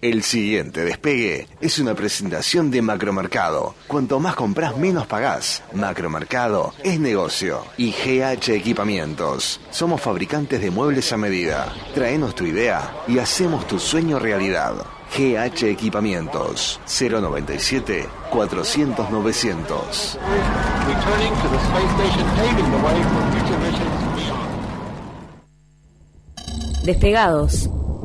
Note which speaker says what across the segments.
Speaker 1: El siguiente despegue es una presentación de Macromercado. Cuanto más compras, menos pagás. Macromercado es negocio. Y GH Equipamientos. Somos fabricantes de muebles a medida. Traenos tu idea y hacemos tu sueño realidad. GH Equipamientos 097 400 900.
Speaker 2: Despegados,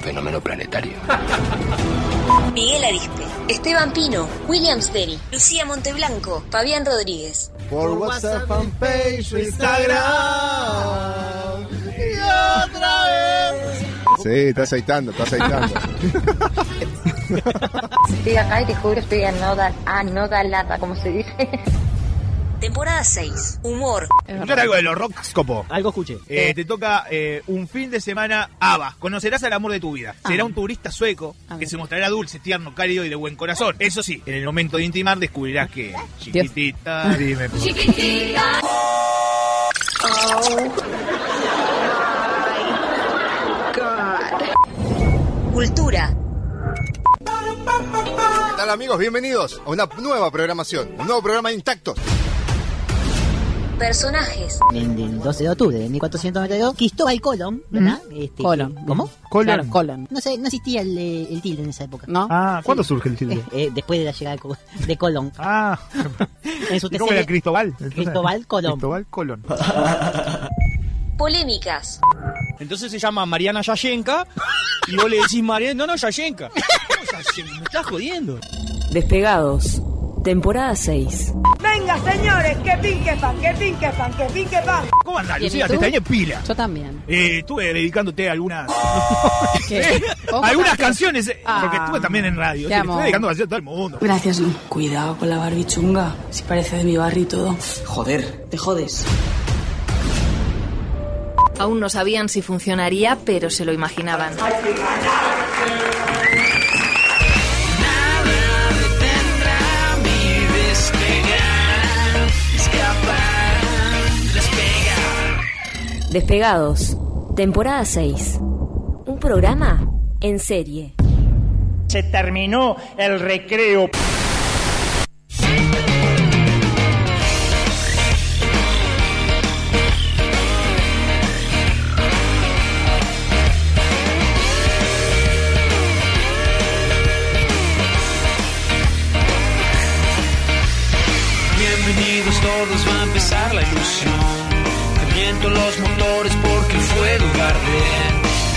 Speaker 3: fenómeno planetario.
Speaker 2: Miguel Arispe, Esteban Pino, William Steri, Lucía Monteblanco, Fabián Rodríguez.
Speaker 4: Por WhatsApp, fanpage, Instagram. Y otra vez.
Speaker 5: Sí, está aceitando, está aceitando.
Speaker 6: estoy acá y te juro, estoy anoda, anodalada, como se dice.
Speaker 2: Temporada 6, humor.
Speaker 7: Escuchar algo de los rockscopo.
Speaker 8: Algo escuché.
Speaker 7: Eh, te toca eh, un fin de semana ABBA. Conocerás al amor de tu vida.
Speaker 9: Ah.
Speaker 7: Será un turista sueco que se mostrará dulce, tierno, cálido y de buen corazón. Eso sí, en el momento de intimar descubrirás que... Chiquitita, dime... por-
Speaker 10: Chiquitita.
Speaker 11: Oh.
Speaker 2: Cultura.
Speaker 5: ¿Qué tal amigos? Bienvenidos a una nueva programación, un nuevo programa intacto.
Speaker 2: Personajes.
Speaker 12: En el 12 de octubre de 1492, Cristóbal Colón, ¿verdad? Este,
Speaker 9: Colón.
Speaker 12: ¿Cómo?
Speaker 9: Colón.
Speaker 12: Claro, No, sé, no existía el, eh, el tilde en esa época.
Speaker 9: ¿No? Ah, ¿cuándo surge el tilde?
Speaker 12: Eh, eh, después de la llegada de Co- de Colón.
Speaker 9: Ah.
Speaker 12: En su
Speaker 9: ¿Y cómo era
Speaker 12: tercera-
Speaker 9: Cristóbal?
Speaker 12: Cristóbal Colón.
Speaker 9: Cristóbal Colón.
Speaker 2: Polémicas.
Speaker 8: Entonces se llama Mariana Yashenka y vos le decís Mariana, no, no, Yashenka. No, Yashenka, me estás jodiendo.
Speaker 2: Despegados, temporada 6.
Speaker 11: Venga, señores, que pinque pan, que pinque pan, que pinque pan.
Speaker 7: ¿Cómo andás,
Speaker 11: Bien, ¿y
Speaker 7: Lucía? Te
Speaker 11: tú?
Speaker 7: extrañé pila.
Speaker 9: Yo también.
Speaker 7: Eh, estuve dedicándote a algunas...
Speaker 9: ¿Qué? Ojo,
Speaker 7: algunas
Speaker 9: Martín.
Speaker 7: canciones, eh,
Speaker 9: Ah.
Speaker 7: porque estuve también en
Speaker 9: Te
Speaker 7: radio. Sí, le
Speaker 9: amo.
Speaker 7: estuve dedicando canciones a todo el mundo.
Speaker 9: Gracias, Lu.
Speaker 13: Cuidado con la barbichunga, si parece de mi barrio y todo.
Speaker 14: Joder.
Speaker 13: Te jodes.
Speaker 15: Aún no sabían si funcionaría, pero se lo imaginaban.
Speaker 2: Despegados, temporada 6. Un programa en serie.
Speaker 11: Se terminó el recreo.
Speaker 16: Bienvenidos todos, va a empezar la ilusión. Te miento los motores porque el fuego arde.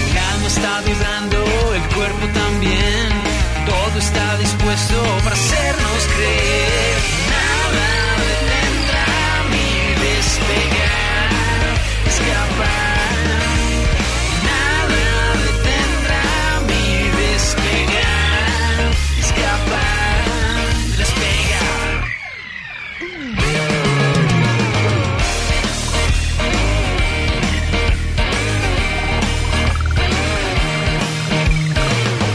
Speaker 16: El alma está vibrando, el cuerpo también. Todo está dispuesto para hacernos creer. Nada detendrá mi despegar, escapar. Nada detendrá mi despegar, escapar, despegar.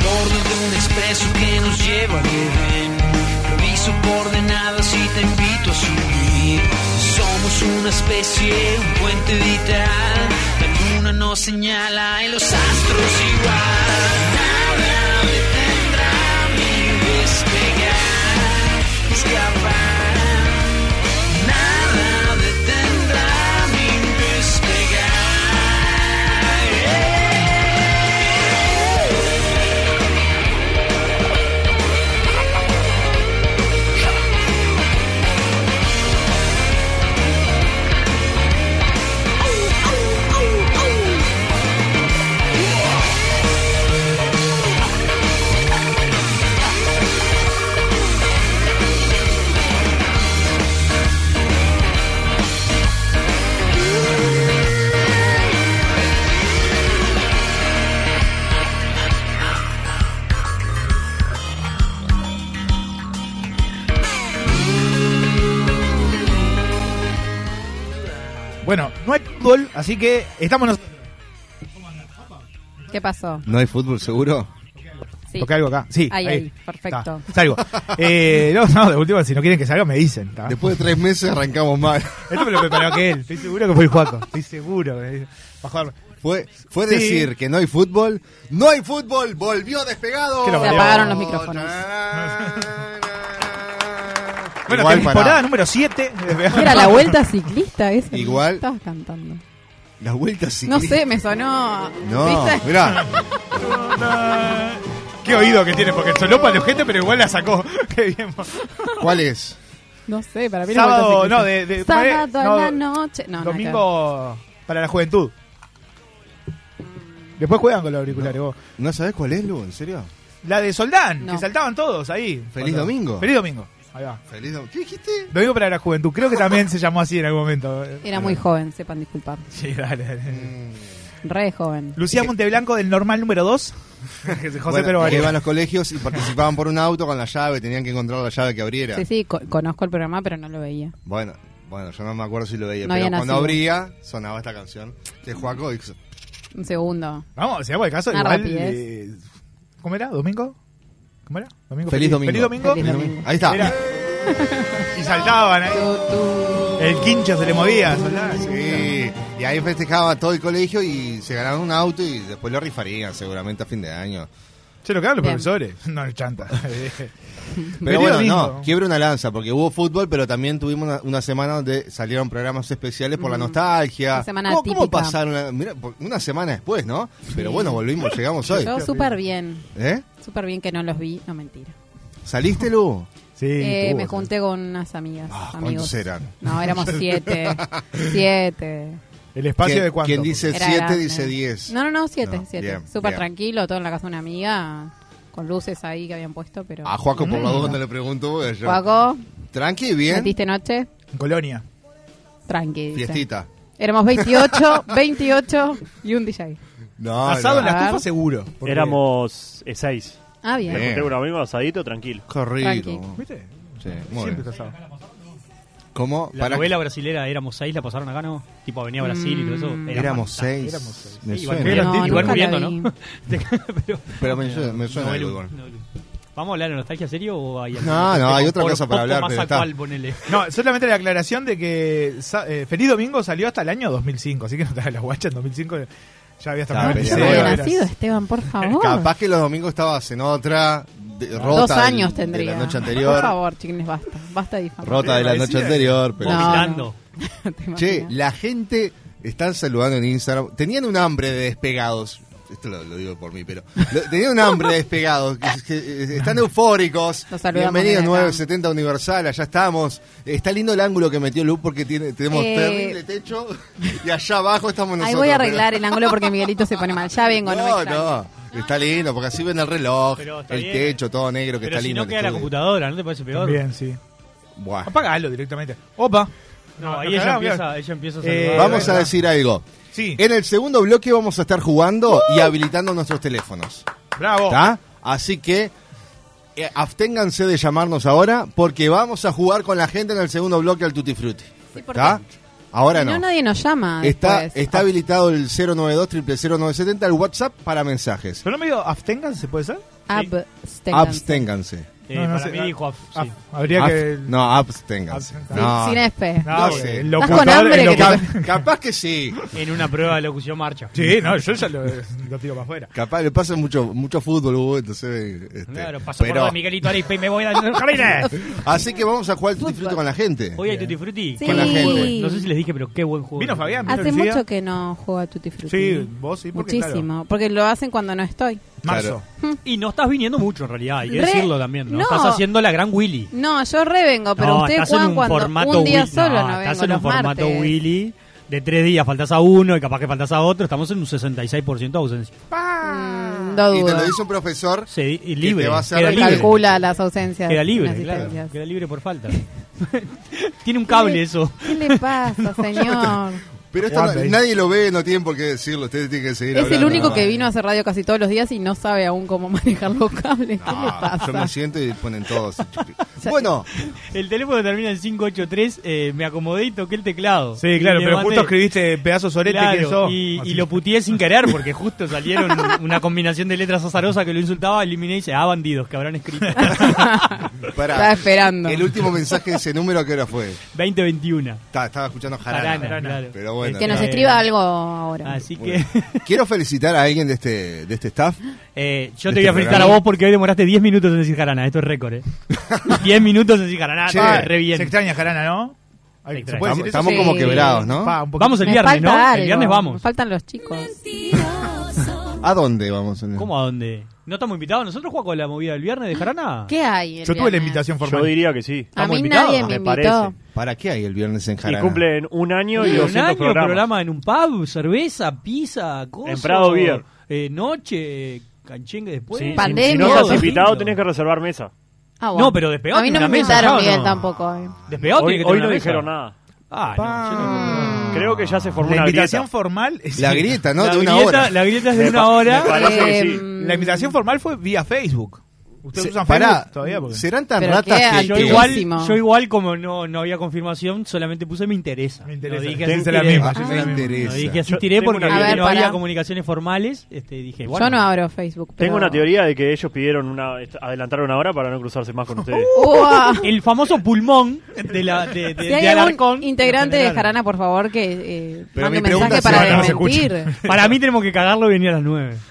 Speaker 16: bordo de un expreso que nos lleva al Edén. Reviso coordenadas y te invito a subir. Somos una especie, un puente vital. La luna nos señala y los astros igual. Nada detendrá mi despegar, escapar. Nada detendrá mi despegar.
Speaker 7: Bueno, no hay fútbol, así que estamos nosotros.
Speaker 17: ¿Qué pasó?
Speaker 1: ¿No hay fútbol seguro?
Speaker 17: Sí.
Speaker 7: Toqué algo acá. Sí,
Speaker 17: Ahí, ahí, perfecto.
Speaker 7: Ta, salgo. Eh, no, no, de última, si no quieren que salga, me dicen. ta.
Speaker 1: Después de tres meses arrancamos mal.
Speaker 7: Esto me lo preparó aquel. Estoy seguro que fue el Juaco. Estoy seguro. que- Bajo arma.
Speaker 1: Fue, fue
Speaker 7: Sí.
Speaker 1: decir que no hay fútbol. ¡No hay fútbol! ¡Volvió despegado!
Speaker 7: Que lo Se valió.
Speaker 17: Apagaron los micrófonos.
Speaker 7: Bueno,
Speaker 1: Igual
Speaker 7: temporada
Speaker 1: para-
Speaker 7: número 7.
Speaker 17: Era la vuelta ciclista esa.
Speaker 1: Igual.
Speaker 17: Estabas cantando.
Speaker 1: La vuelta sí.
Speaker 17: No sé, me sonó.
Speaker 1: No,
Speaker 17: ¿viste?
Speaker 1: mirá.
Speaker 7: Qué oído que tiene, porque sonó para el gente, pero igual la sacó. Qué bien.
Speaker 1: ¿Cuál es?
Speaker 17: No sé, para mí era
Speaker 7: Sábado,
Speaker 17: vuelta ciclista.
Speaker 7: no, de, de-
Speaker 17: Sábado
Speaker 7: no,
Speaker 17: a la noche. Ah, No, nada que
Speaker 7: Domingo para la juventud. Después juegan con los auriculares vos.
Speaker 1: ¿No sabés cuál es, Lu? ¿En serio?
Speaker 7: La de Soldán,
Speaker 17: No.
Speaker 7: que saltaban todos ahí.
Speaker 1: Feliz
Speaker 7: Cuando-
Speaker 1: domingo.
Speaker 7: Feliz domingo. Ahí va.
Speaker 1: Feliz dom- ¿Qué dijiste?
Speaker 7: Domingo para la juventud. Creo que también se llamó así en algún momento.
Speaker 17: ver. Era muy joven, sepan disculpar. Mm.
Speaker 7: Sí, dale, dale.
Speaker 17: Re joven.
Speaker 7: Lucía
Speaker 1: Eh,
Speaker 7: Monteblanco del normal número 2. José
Speaker 1: Bueno,
Speaker 7: Pero
Speaker 1: que iban a los colegios y participaban por un auto con la llave, tenían que encontrar la llave que abriera.
Speaker 17: Sí, sí, co- conozco el programa, pero no lo veía.
Speaker 1: Bueno, bueno, yo no me acuerdo si lo veía,
Speaker 17: No
Speaker 1: pero
Speaker 17: había
Speaker 1: cuando
Speaker 17: nacido.
Speaker 1: abría sonaba esta canción de Juaco y
Speaker 17: Un segundo.
Speaker 7: Vamos, si hago el caso,
Speaker 17: Una
Speaker 7: igual.
Speaker 17: rapidez.
Speaker 7: eh, ¿Cómo era? ¿Domingo? ¿Cómo era? ¿Domingo?
Speaker 1: Feliz domingo.
Speaker 7: Feliz domingo.
Speaker 17: Feliz domingo.
Speaker 1: Ahí está.
Speaker 7: Era- y saltaban ahí. El quincho se le movía. saltaba.
Speaker 1: Sí, y ahí festejaba todo el colegio y se ganaban un auto y después lo rifarían seguramente a fin de año.
Speaker 7: Se lo quedan los
Speaker 17: Bien.
Speaker 7: profesores. No, el chanta.
Speaker 1: Pero
Speaker 7: Feliz
Speaker 1: bueno,
Speaker 7: domingo.
Speaker 1: no, quiebra una lanza porque hubo fútbol, pero también tuvimos una, una semana donde salieron programas especiales
Speaker 7: Mm.
Speaker 1: por la nostalgia.
Speaker 17: Una semana
Speaker 1: ¿Cómo, cómo
Speaker 17: atípica.
Speaker 1: pasaron? Una, mirá, por- una semana después, ¿no? Pero bueno, volvimos, llegamos hoy.
Speaker 17: Yo súper bien.
Speaker 1: ¿Eh?
Speaker 17: Súper bien que no los vi, no mentira.
Speaker 1: ¿Saliste, Lu?
Speaker 7: Sí,
Speaker 17: Eh,
Speaker 7: tuvo-
Speaker 17: me junté con unas amigas.
Speaker 1: Ah,
Speaker 17: amigos.
Speaker 1: ¿cuántos eran?
Speaker 17: No, éramos siete. siete.
Speaker 7: El espacio
Speaker 1: ¿Quién-
Speaker 7: de cuánto.
Speaker 1: ¿Quién dice
Speaker 17: Era
Speaker 1: 7
Speaker 17: grande.
Speaker 1: dice 10?
Speaker 17: No, no, no, siete,
Speaker 1: No,
Speaker 17: siete.
Speaker 1: bien,
Speaker 17: Súper
Speaker 1: bien.
Speaker 17: tranquilo, todo en la casa de una amiga, con luces ahí que habían puesto, pero...
Speaker 1: A Juaco Ah, por la duda te le pregunto. porque yo-
Speaker 17: Juaco,
Speaker 1: Tranqui, bien.
Speaker 17: ¿metiste noche?
Speaker 7: Colonia.
Speaker 17: Tranqui. dice.
Speaker 1: Fiestita.
Speaker 17: Éramos 28, 28 y un DJ.
Speaker 1: No,
Speaker 7: Asado en
Speaker 1: no.
Speaker 7: la
Speaker 17: A
Speaker 7: estufa
Speaker 17: ver.
Speaker 7: seguro. porque-
Speaker 18: Éramos eh, seis.
Speaker 17: Ah, bien.
Speaker 1: Bien.
Speaker 18: Me junté con un amigo asadito, tranquilo.
Speaker 1: Qué rico.
Speaker 17: Tranqui.
Speaker 7: ¿Viste?
Speaker 1: Sí, muy
Speaker 7: Siempre
Speaker 1: bien.
Speaker 7: está asado.
Speaker 1: ¿Cómo?
Speaker 8: La
Speaker 1: Para-
Speaker 8: novela brasilera éramos seis, la pasaron acá, ¿no? Tipo Avenida Brasil y todo eso. Era
Speaker 1: Mm. Éramos
Speaker 8: fantástico.
Speaker 1: seis.
Speaker 7: éramos seis.
Speaker 1: Me
Speaker 8: Igual
Speaker 1: suena.
Speaker 7: eran-
Speaker 17: No,
Speaker 7: Igual
Speaker 17: nunca
Speaker 8: muriendo,
Speaker 17: la vi.
Speaker 8: ¿no? Pero-
Speaker 1: Pero me suena, me suena el
Speaker 8: Novelu,
Speaker 1: fútbol.
Speaker 8: novelu. ¿Vamos a hablar de nostalgia serio o hay algo?
Speaker 1: No, no, hay otra
Speaker 8: Por-
Speaker 1: cosa para
Speaker 8: poco
Speaker 1: hablar,
Speaker 8: más
Speaker 1: pero está.
Speaker 8: actual, ponele.
Speaker 7: No, solamente la aclaración de que sa- eh, Feliz Domingo salió hasta el año 2005, así que no estaba la guacha en 2005. Ya había
Speaker 1: Ah,
Speaker 7: terminado el
Speaker 1: pero
Speaker 17: Ya
Speaker 7: liceo,
Speaker 17: había
Speaker 7: eras-
Speaker 17: nacido, Esteban, por favor.
Speaker 1: Capaz que Ah, los domingos estabas en otra. de- rota
Speaker 17: Dos
Speaker 1: del-
Speaker 17: años
Speaker 1: de
Speaker 17: tendría.
Speaker 1: la noche
Speaker 17: Por
Speaker 1: anterior.
Speaker 17: favor, chiquines, basta. Basta de difamar.
Speaker 1: Rota de la
Speaker 7: Sí,
Speaker 1: noche
Speaker 7: decía.
Speaker 1: anterior. Pero...
Speaker 17: No.
Speaker 8: Vomitando.
Speaker 17: ¿Te
Speaker 1: Che,
Speaker 17: imaginas?
Speaker 1: la gente están saludando en Instagram. Tenían un hambre de despegados. Esto lo, lo digo por mí, pero. lo- tenían un hambre de despegados. que- que- que están eufóricos.
Speaker 17: Los saludamos desde
Speaker 1: Bienvenidos
Speaker 17: acá.
Speaker 1: 970 Universal, allá estamos. Está lindo el ángulo que metió Lu porque tiene, tenemos
Speaker 17: Eh,
Speaker 1: terrible techo y allá abajo estamos nosotros.
Speaker 17: Ahí voy a arreglar
Speaker 1: pero-
Speaker 17: el ángulo porque Miguelito se pone mal. Ya vengo, no, me
Speaker 1: No,
Speaker 17: extrañes.
Speaker 1: no. Está lindo, porque así ven el reloj,
Speaker 8: Pero está
Speaker 1: el
Speaker 8: bien.
Speaker 1: techo todo negro que
Speaker 8: Pero
Speaker 1: está
Speaker 8: si
Speaker 1: lindo.
Speaker 8: no
Speaker 1: el
Speaker 8: queda la
Speaker 1: estudio.
Speaker 8: computadora, ¿no te parece peor?
Speaker 7: También, sí.
Speaker 1: Buah.
Speaker 7: Apagalo directamente. Opa.
Speaker 8: No,
Speaker 7: nos
Speaker 8: ahí ella
Speaker 7: cagamos,
Speaker 8: empieza,
Speaker 7: mirá.
Speaker 8: ella empieza a
Speaker 7: Eh,
Speaker 8: saludar.
Speaker 1: Vamos a
Speaker 7: venga.
Speaker 1: decir algo.
Speaker 7: Sí. Uh.
Speaker 1: En el segundo bloque vamos a estar jugando y habilitando nuestros teléfonos.
Speaker 7: Bravo.
Speaker 1: ¿Está? Así que eh, absténganse de llamarnos ahora porque vamos a jugar con la gente en el segundo bloque al Tutti Frutti.
Speaker 17: Sí, porque-
Speaker 1: ¿Está? Ahora
Speaker 17: Si no,
Speaker 1: no.
Speaker 17: nadie nos llama.
Speaker 1: Está,
Speaker 17: después.
Speaker 1: está habilitado el 092 00970 el WhatsApp para mensajes.
Speaker 7: Pero no me digo, absténganse, ¿puede ser?
Speaker 1: eh,
Speaker 17: Absténganse.
Speaker 1: Absténganse.
Speaker 8: Eh,
Speaker 7: No, no
Speaker 8: para
Speaker 7: sé,
Speaker 8: mí
Speaker 7: ah,
Speaker 8: dijo... af- sí.
Speaker 7: Ah, Habría que.
Speaker 1: Ab- No, absténganse.
Speaker 7: Absténganse.
Speaker 17: Sí,
Speaker 1: No.
Speaker 17: Sin espe.
Speaker 7: No,
Speaker 1: no sé.
Speaker 7: el
Speaker 17: Estás
Speaker 7: locutor-
Speaker 17: con hambre
Speaker 7: el
Speaker 17: que te-
Speaker 7: locutor-
Speaker 1: Capaz que sí.
Speaker 8: En una prueba de locución marcha.
Speaker 7: Sí, no, yo ya lo, lo tiro para afuera.
Speaker 1: Capaz le pasa mucho, mucho fútbol, Hugo, entonces. este,
Speaker 8: Claro, pasó por
Speaker 1: pero-
Speaker 8: lo de Miguelito Arispe y me voy a los jardines.
Speaker 1: Así que vamos a jugar el Tutti Frutti con la gente.
Speaker 8: Hoy hay Tutti Frutti.
Speaker 17: Sí.
Speaker 1: Con la gente.
Speaker 8: No sé si les dije, pero qué buen juego.
Speaker 7: Vino Fabián, vino
Speaker 17: Hace
Speaker 7: Lucía.
Speaker 17: mucho que no juego a Tutti Frutti.
Speaker 7: Sí, vos sí, porque,
Speaker 17: Muchísimo. Porque lo hacen cuando no estoy.
Speaker 7: Marzo.
Speaker 8: Y no estás viniendo mucho en realidad, hay que
Speaker 17: Re-
Speaker 8: decirlo también. ¿no?
Speaker 17: no.
Speaker 8: Estás haciendo la gran Willy.
Speaker 17: No, yo revengo, pero
Speaker 8: no,
Speaker 17: ustedes
Speaker 8: estás en
Speaker 17: juegan
Speaker 8: un
Speaker 17: cuando
Speaker 8: formato
Speaker 17: un día
Speaker 8: Willy.
Speaker 17: solo no,
Speaker 8: no,
Speaker 17: vengo.
Speaker 8: Estás en un
Speaker 17: los
Speaker 8: formato
Speaker 17: martes.
Speaker 8: Willy de tres días, faltas a uno y capaz que faltas a otro. Estamos en un 66% de ausencia.
Speaker 17: Mm, no
Speaker 1: Y te
Speaker 17: dudo.
Speaker 1: lo dice un profesor.
Speaker 8: Se, y
Speaker 1: te
Speaker 8: libre.
Speaker 1: va a hacer
Speaker 8: Queda
Speaker 1: recalcular.
Speaker 8: libre.
Speaker 17: Calcula las ausencias.
Speaker 8: Queda libre,
Speaker 17: las
Speaker 8: claro.
Speaker 17: asistencias.
Speaker 8: Queda libre por falta. Tiene un cable eso.
Speaker 17: ¿Qué le pasa, señor?
Speaker 1: Pero esto no- nadie lo ve, no tienen por qué decirlo. Ustedes tienen que seguir
Speaker 17: Es el
Speaker 1: hablando.
Speaker 17: único que vino a hacer radio casi todos los días y no sabe aún cómo manejar los cables. ¿Qué le
Speaker 1: Ah,
Speaker 17: pasa?
Speaker 1: yo me siento y ponen todos. bueno.
Speaker 8: El teléfono termina en 583, eh, me acomodé y toqué el teclado.
Speaker 7: Sí, claro,
Speaker 8: Y le
Speaker 7: pero
Speaker 8: mandé-
Speaker 7: justo escribiste pedazo sorete
Speaker 8: Claro,
Speaker 7: que sos.
Speaker 8: Y, y lo puteé sin querer porque justo salieron una combinación de letras azarosa que lo insultaba, eliminé y dice, ah, bandidos que habrán escrito.
Speaker 1: Pará.
Speaker 17: Estaba esperando.
Speaker 1: El último mensaje de ese número, ¿qué hora fue?
Speaker 8: 2021.
Speaker 1: estaba escuchando Jarana.
Speaker 8: Jarana, claro. Este,
Speaker 1: Pero bueno.
Speaker 17: que nos
Speaker 1: está.
Speaker 17: escriba algo ahora.
Speaker 8: Eh, Así
Speaker 1: Bueno. Quiero felicitar a alguien de este, de este staff.
Speaker 8: Eh,
Speaker 1: este
Speaker 8: Yo te voy a felicitar a vos porque hoy demoraste 10 minutos en decir jarana. Esto es récord, ¿eh? 10 minutos en decir jarana.
Speaker 7: Che,
Speaker 8: está re bien.
Speaker 7: Se extraña Jarana, ¿no? Ay,
Speaker 8: Se
Speaker 7: ¿se
Speaker 8: extraña.
Speaker 7: puede decir
Speaker 1: Estamos
Speaker 7: eso?
Speaker 1: como quebrados, ¿no?
Speaker 7: Pa, un poquito.
Speaker 8: Vamos el viernes,
Speaker 17: falta
Speaker 8: ¿no?
Speaker 17: algo.
Speaker 8: El viernes
Speaker 17: Me
Speaker 8: vamos.
Speaker 17: faltan los chicos.
Speaker 1: ¿A dónde vamos?
Speaker 8: ¿Cómo a dónde? ¿No estamos invitados nosotros, Juaco, a la movida del viernes de jarana?
Speaker 17: ¿Qué hay? el viernes?
Speaker 18: Yo diría que sí.
Speaker 17: A mí nadie me invitó.
Speaker 1: ¿Para qué hay el viernes en
Speaker 8: Y
Speaker 1: Jarana?
Speaker 8: cumplen un año
Speaker 1: y
Speaker 8: un
Speaker 1: 200
Speaker 8: año,
Speaker 1: programas.
Speaker 8: programa en un pub, cerveza, pizza, cosas.
Speaker 18: En Prado Beer.
Speaker 8: eh, noche, canchengue después.
Speaker 18: Sí, si-
Speaker 17: Pandemia,
Speaker 18: si no estás
Speaker 17: todo.
Speaker 18: invitado, tenés que reservar mesa.
Speaker 17: Ah, bueno.
Speaker 8: No, pero despegate
Speaker 17: A mí no
Speaker 8: una
Speaker 17: me
Speaker 8: mesa,
Speaker 17: invitaron,
Speaker 8: ya, ¿o
Speaker 17: Miguel,
Speaker 8: no?
Speaker 17: tampoco. eh.
Speaker 8: Despegado
Speaker 18: hoy
Speaker 8: tiene que
Speaker 18: hoy
Speaker 8: tener
Speaker 18: no
Speaker 8: una
Speaker 18: dijeron
Speaker 8: mesa.
Speaker 18: nada.
Speaker 8: Ah, no, yo
Speaker 17: Mm.
Speaker 7: Ah,
Speaker 8: no-
Speaker 18: Creo que ya se formó
Speaker 7: La
Speaker 18: una
Speaker 7: invitación
Speaker 18: grieta.
Speaker 7: formal es
Speaker 1: La grieta, ¿no?
Speaker 8: La
Speaker 1: de una
Speaker 8: grieta-
Speaker 1: hora.
Speaker 8: la grieta es de
Speaker 1: Me
Speaker 8: una
Speaker 1: pa-
Speaker 8: hora.
Speaker 1: me parece que sí.
Speaker 7: La invitación formal fue vía Facebook. ¿Ustedes
Speaker 1: Se-
Speaker 7: usan
Speaker 1: pará,
Speaker 7: Facebook todavía? Porque-
Speaker 1: ¿serán tan
Speaker 17: Pero
Speaker 1: ratas
Speaker 17: qué
Speaker 1: que-
Speaker 8: Yo
Speaker 17: Qué
Speaker 8: igual,
Speaker 17: buenísimo.
Speaker 8: yo igual como no, no había confirmación, solamente puse me interesa. Me
Speaker 7: interesa.
Speaker 8: No
Speaker 7: Yo
Speaker 8: dije asistiré, Ah,
Speaker 7: hice la misma, yo
Speaker 8: No
Speaker 7: hice la misma.
Speaker 8: dije
Speaker 7: Interesa.
Speaker 8: asistiré
Speaker 7: Yo tengo
Speaker 8: porque
Speaker 18: una
Speaker 17: A ver,
Speaker 8: no
Speaker 17: pará.
Speaker 8: había comunicaciones formales. Este, dije, bueno,
Speaker 17: Yo no abro Facebook. pero-
Speaker 18: Tengo una teoría de que ellos pidieron una est- adelantaron una hora para no cruzarse más con ustedes.
Speaker 17: Uah.
Speaker 8: el famoso pulmón de la de, de-
Speaker 17: Ah. Si
Speaker 8: de
Speaker 17: hay algún
Speaker 8: Alarcón.
Speaker 17: integrante de
Speaker 8: General.
Speaker 17: Jarana, por favor, que eh,
Speaker 8: Pero
Speaker 17: mande un
Speaker 8: mi pregunta
Speaker 17: mensaje
Speaker 8: es
Speaker 17: para
Speaker 8: si no nos
Speaker 17: desmentir.
Speaker 8: Para mí tenemos que cagarlo y venir a las 9.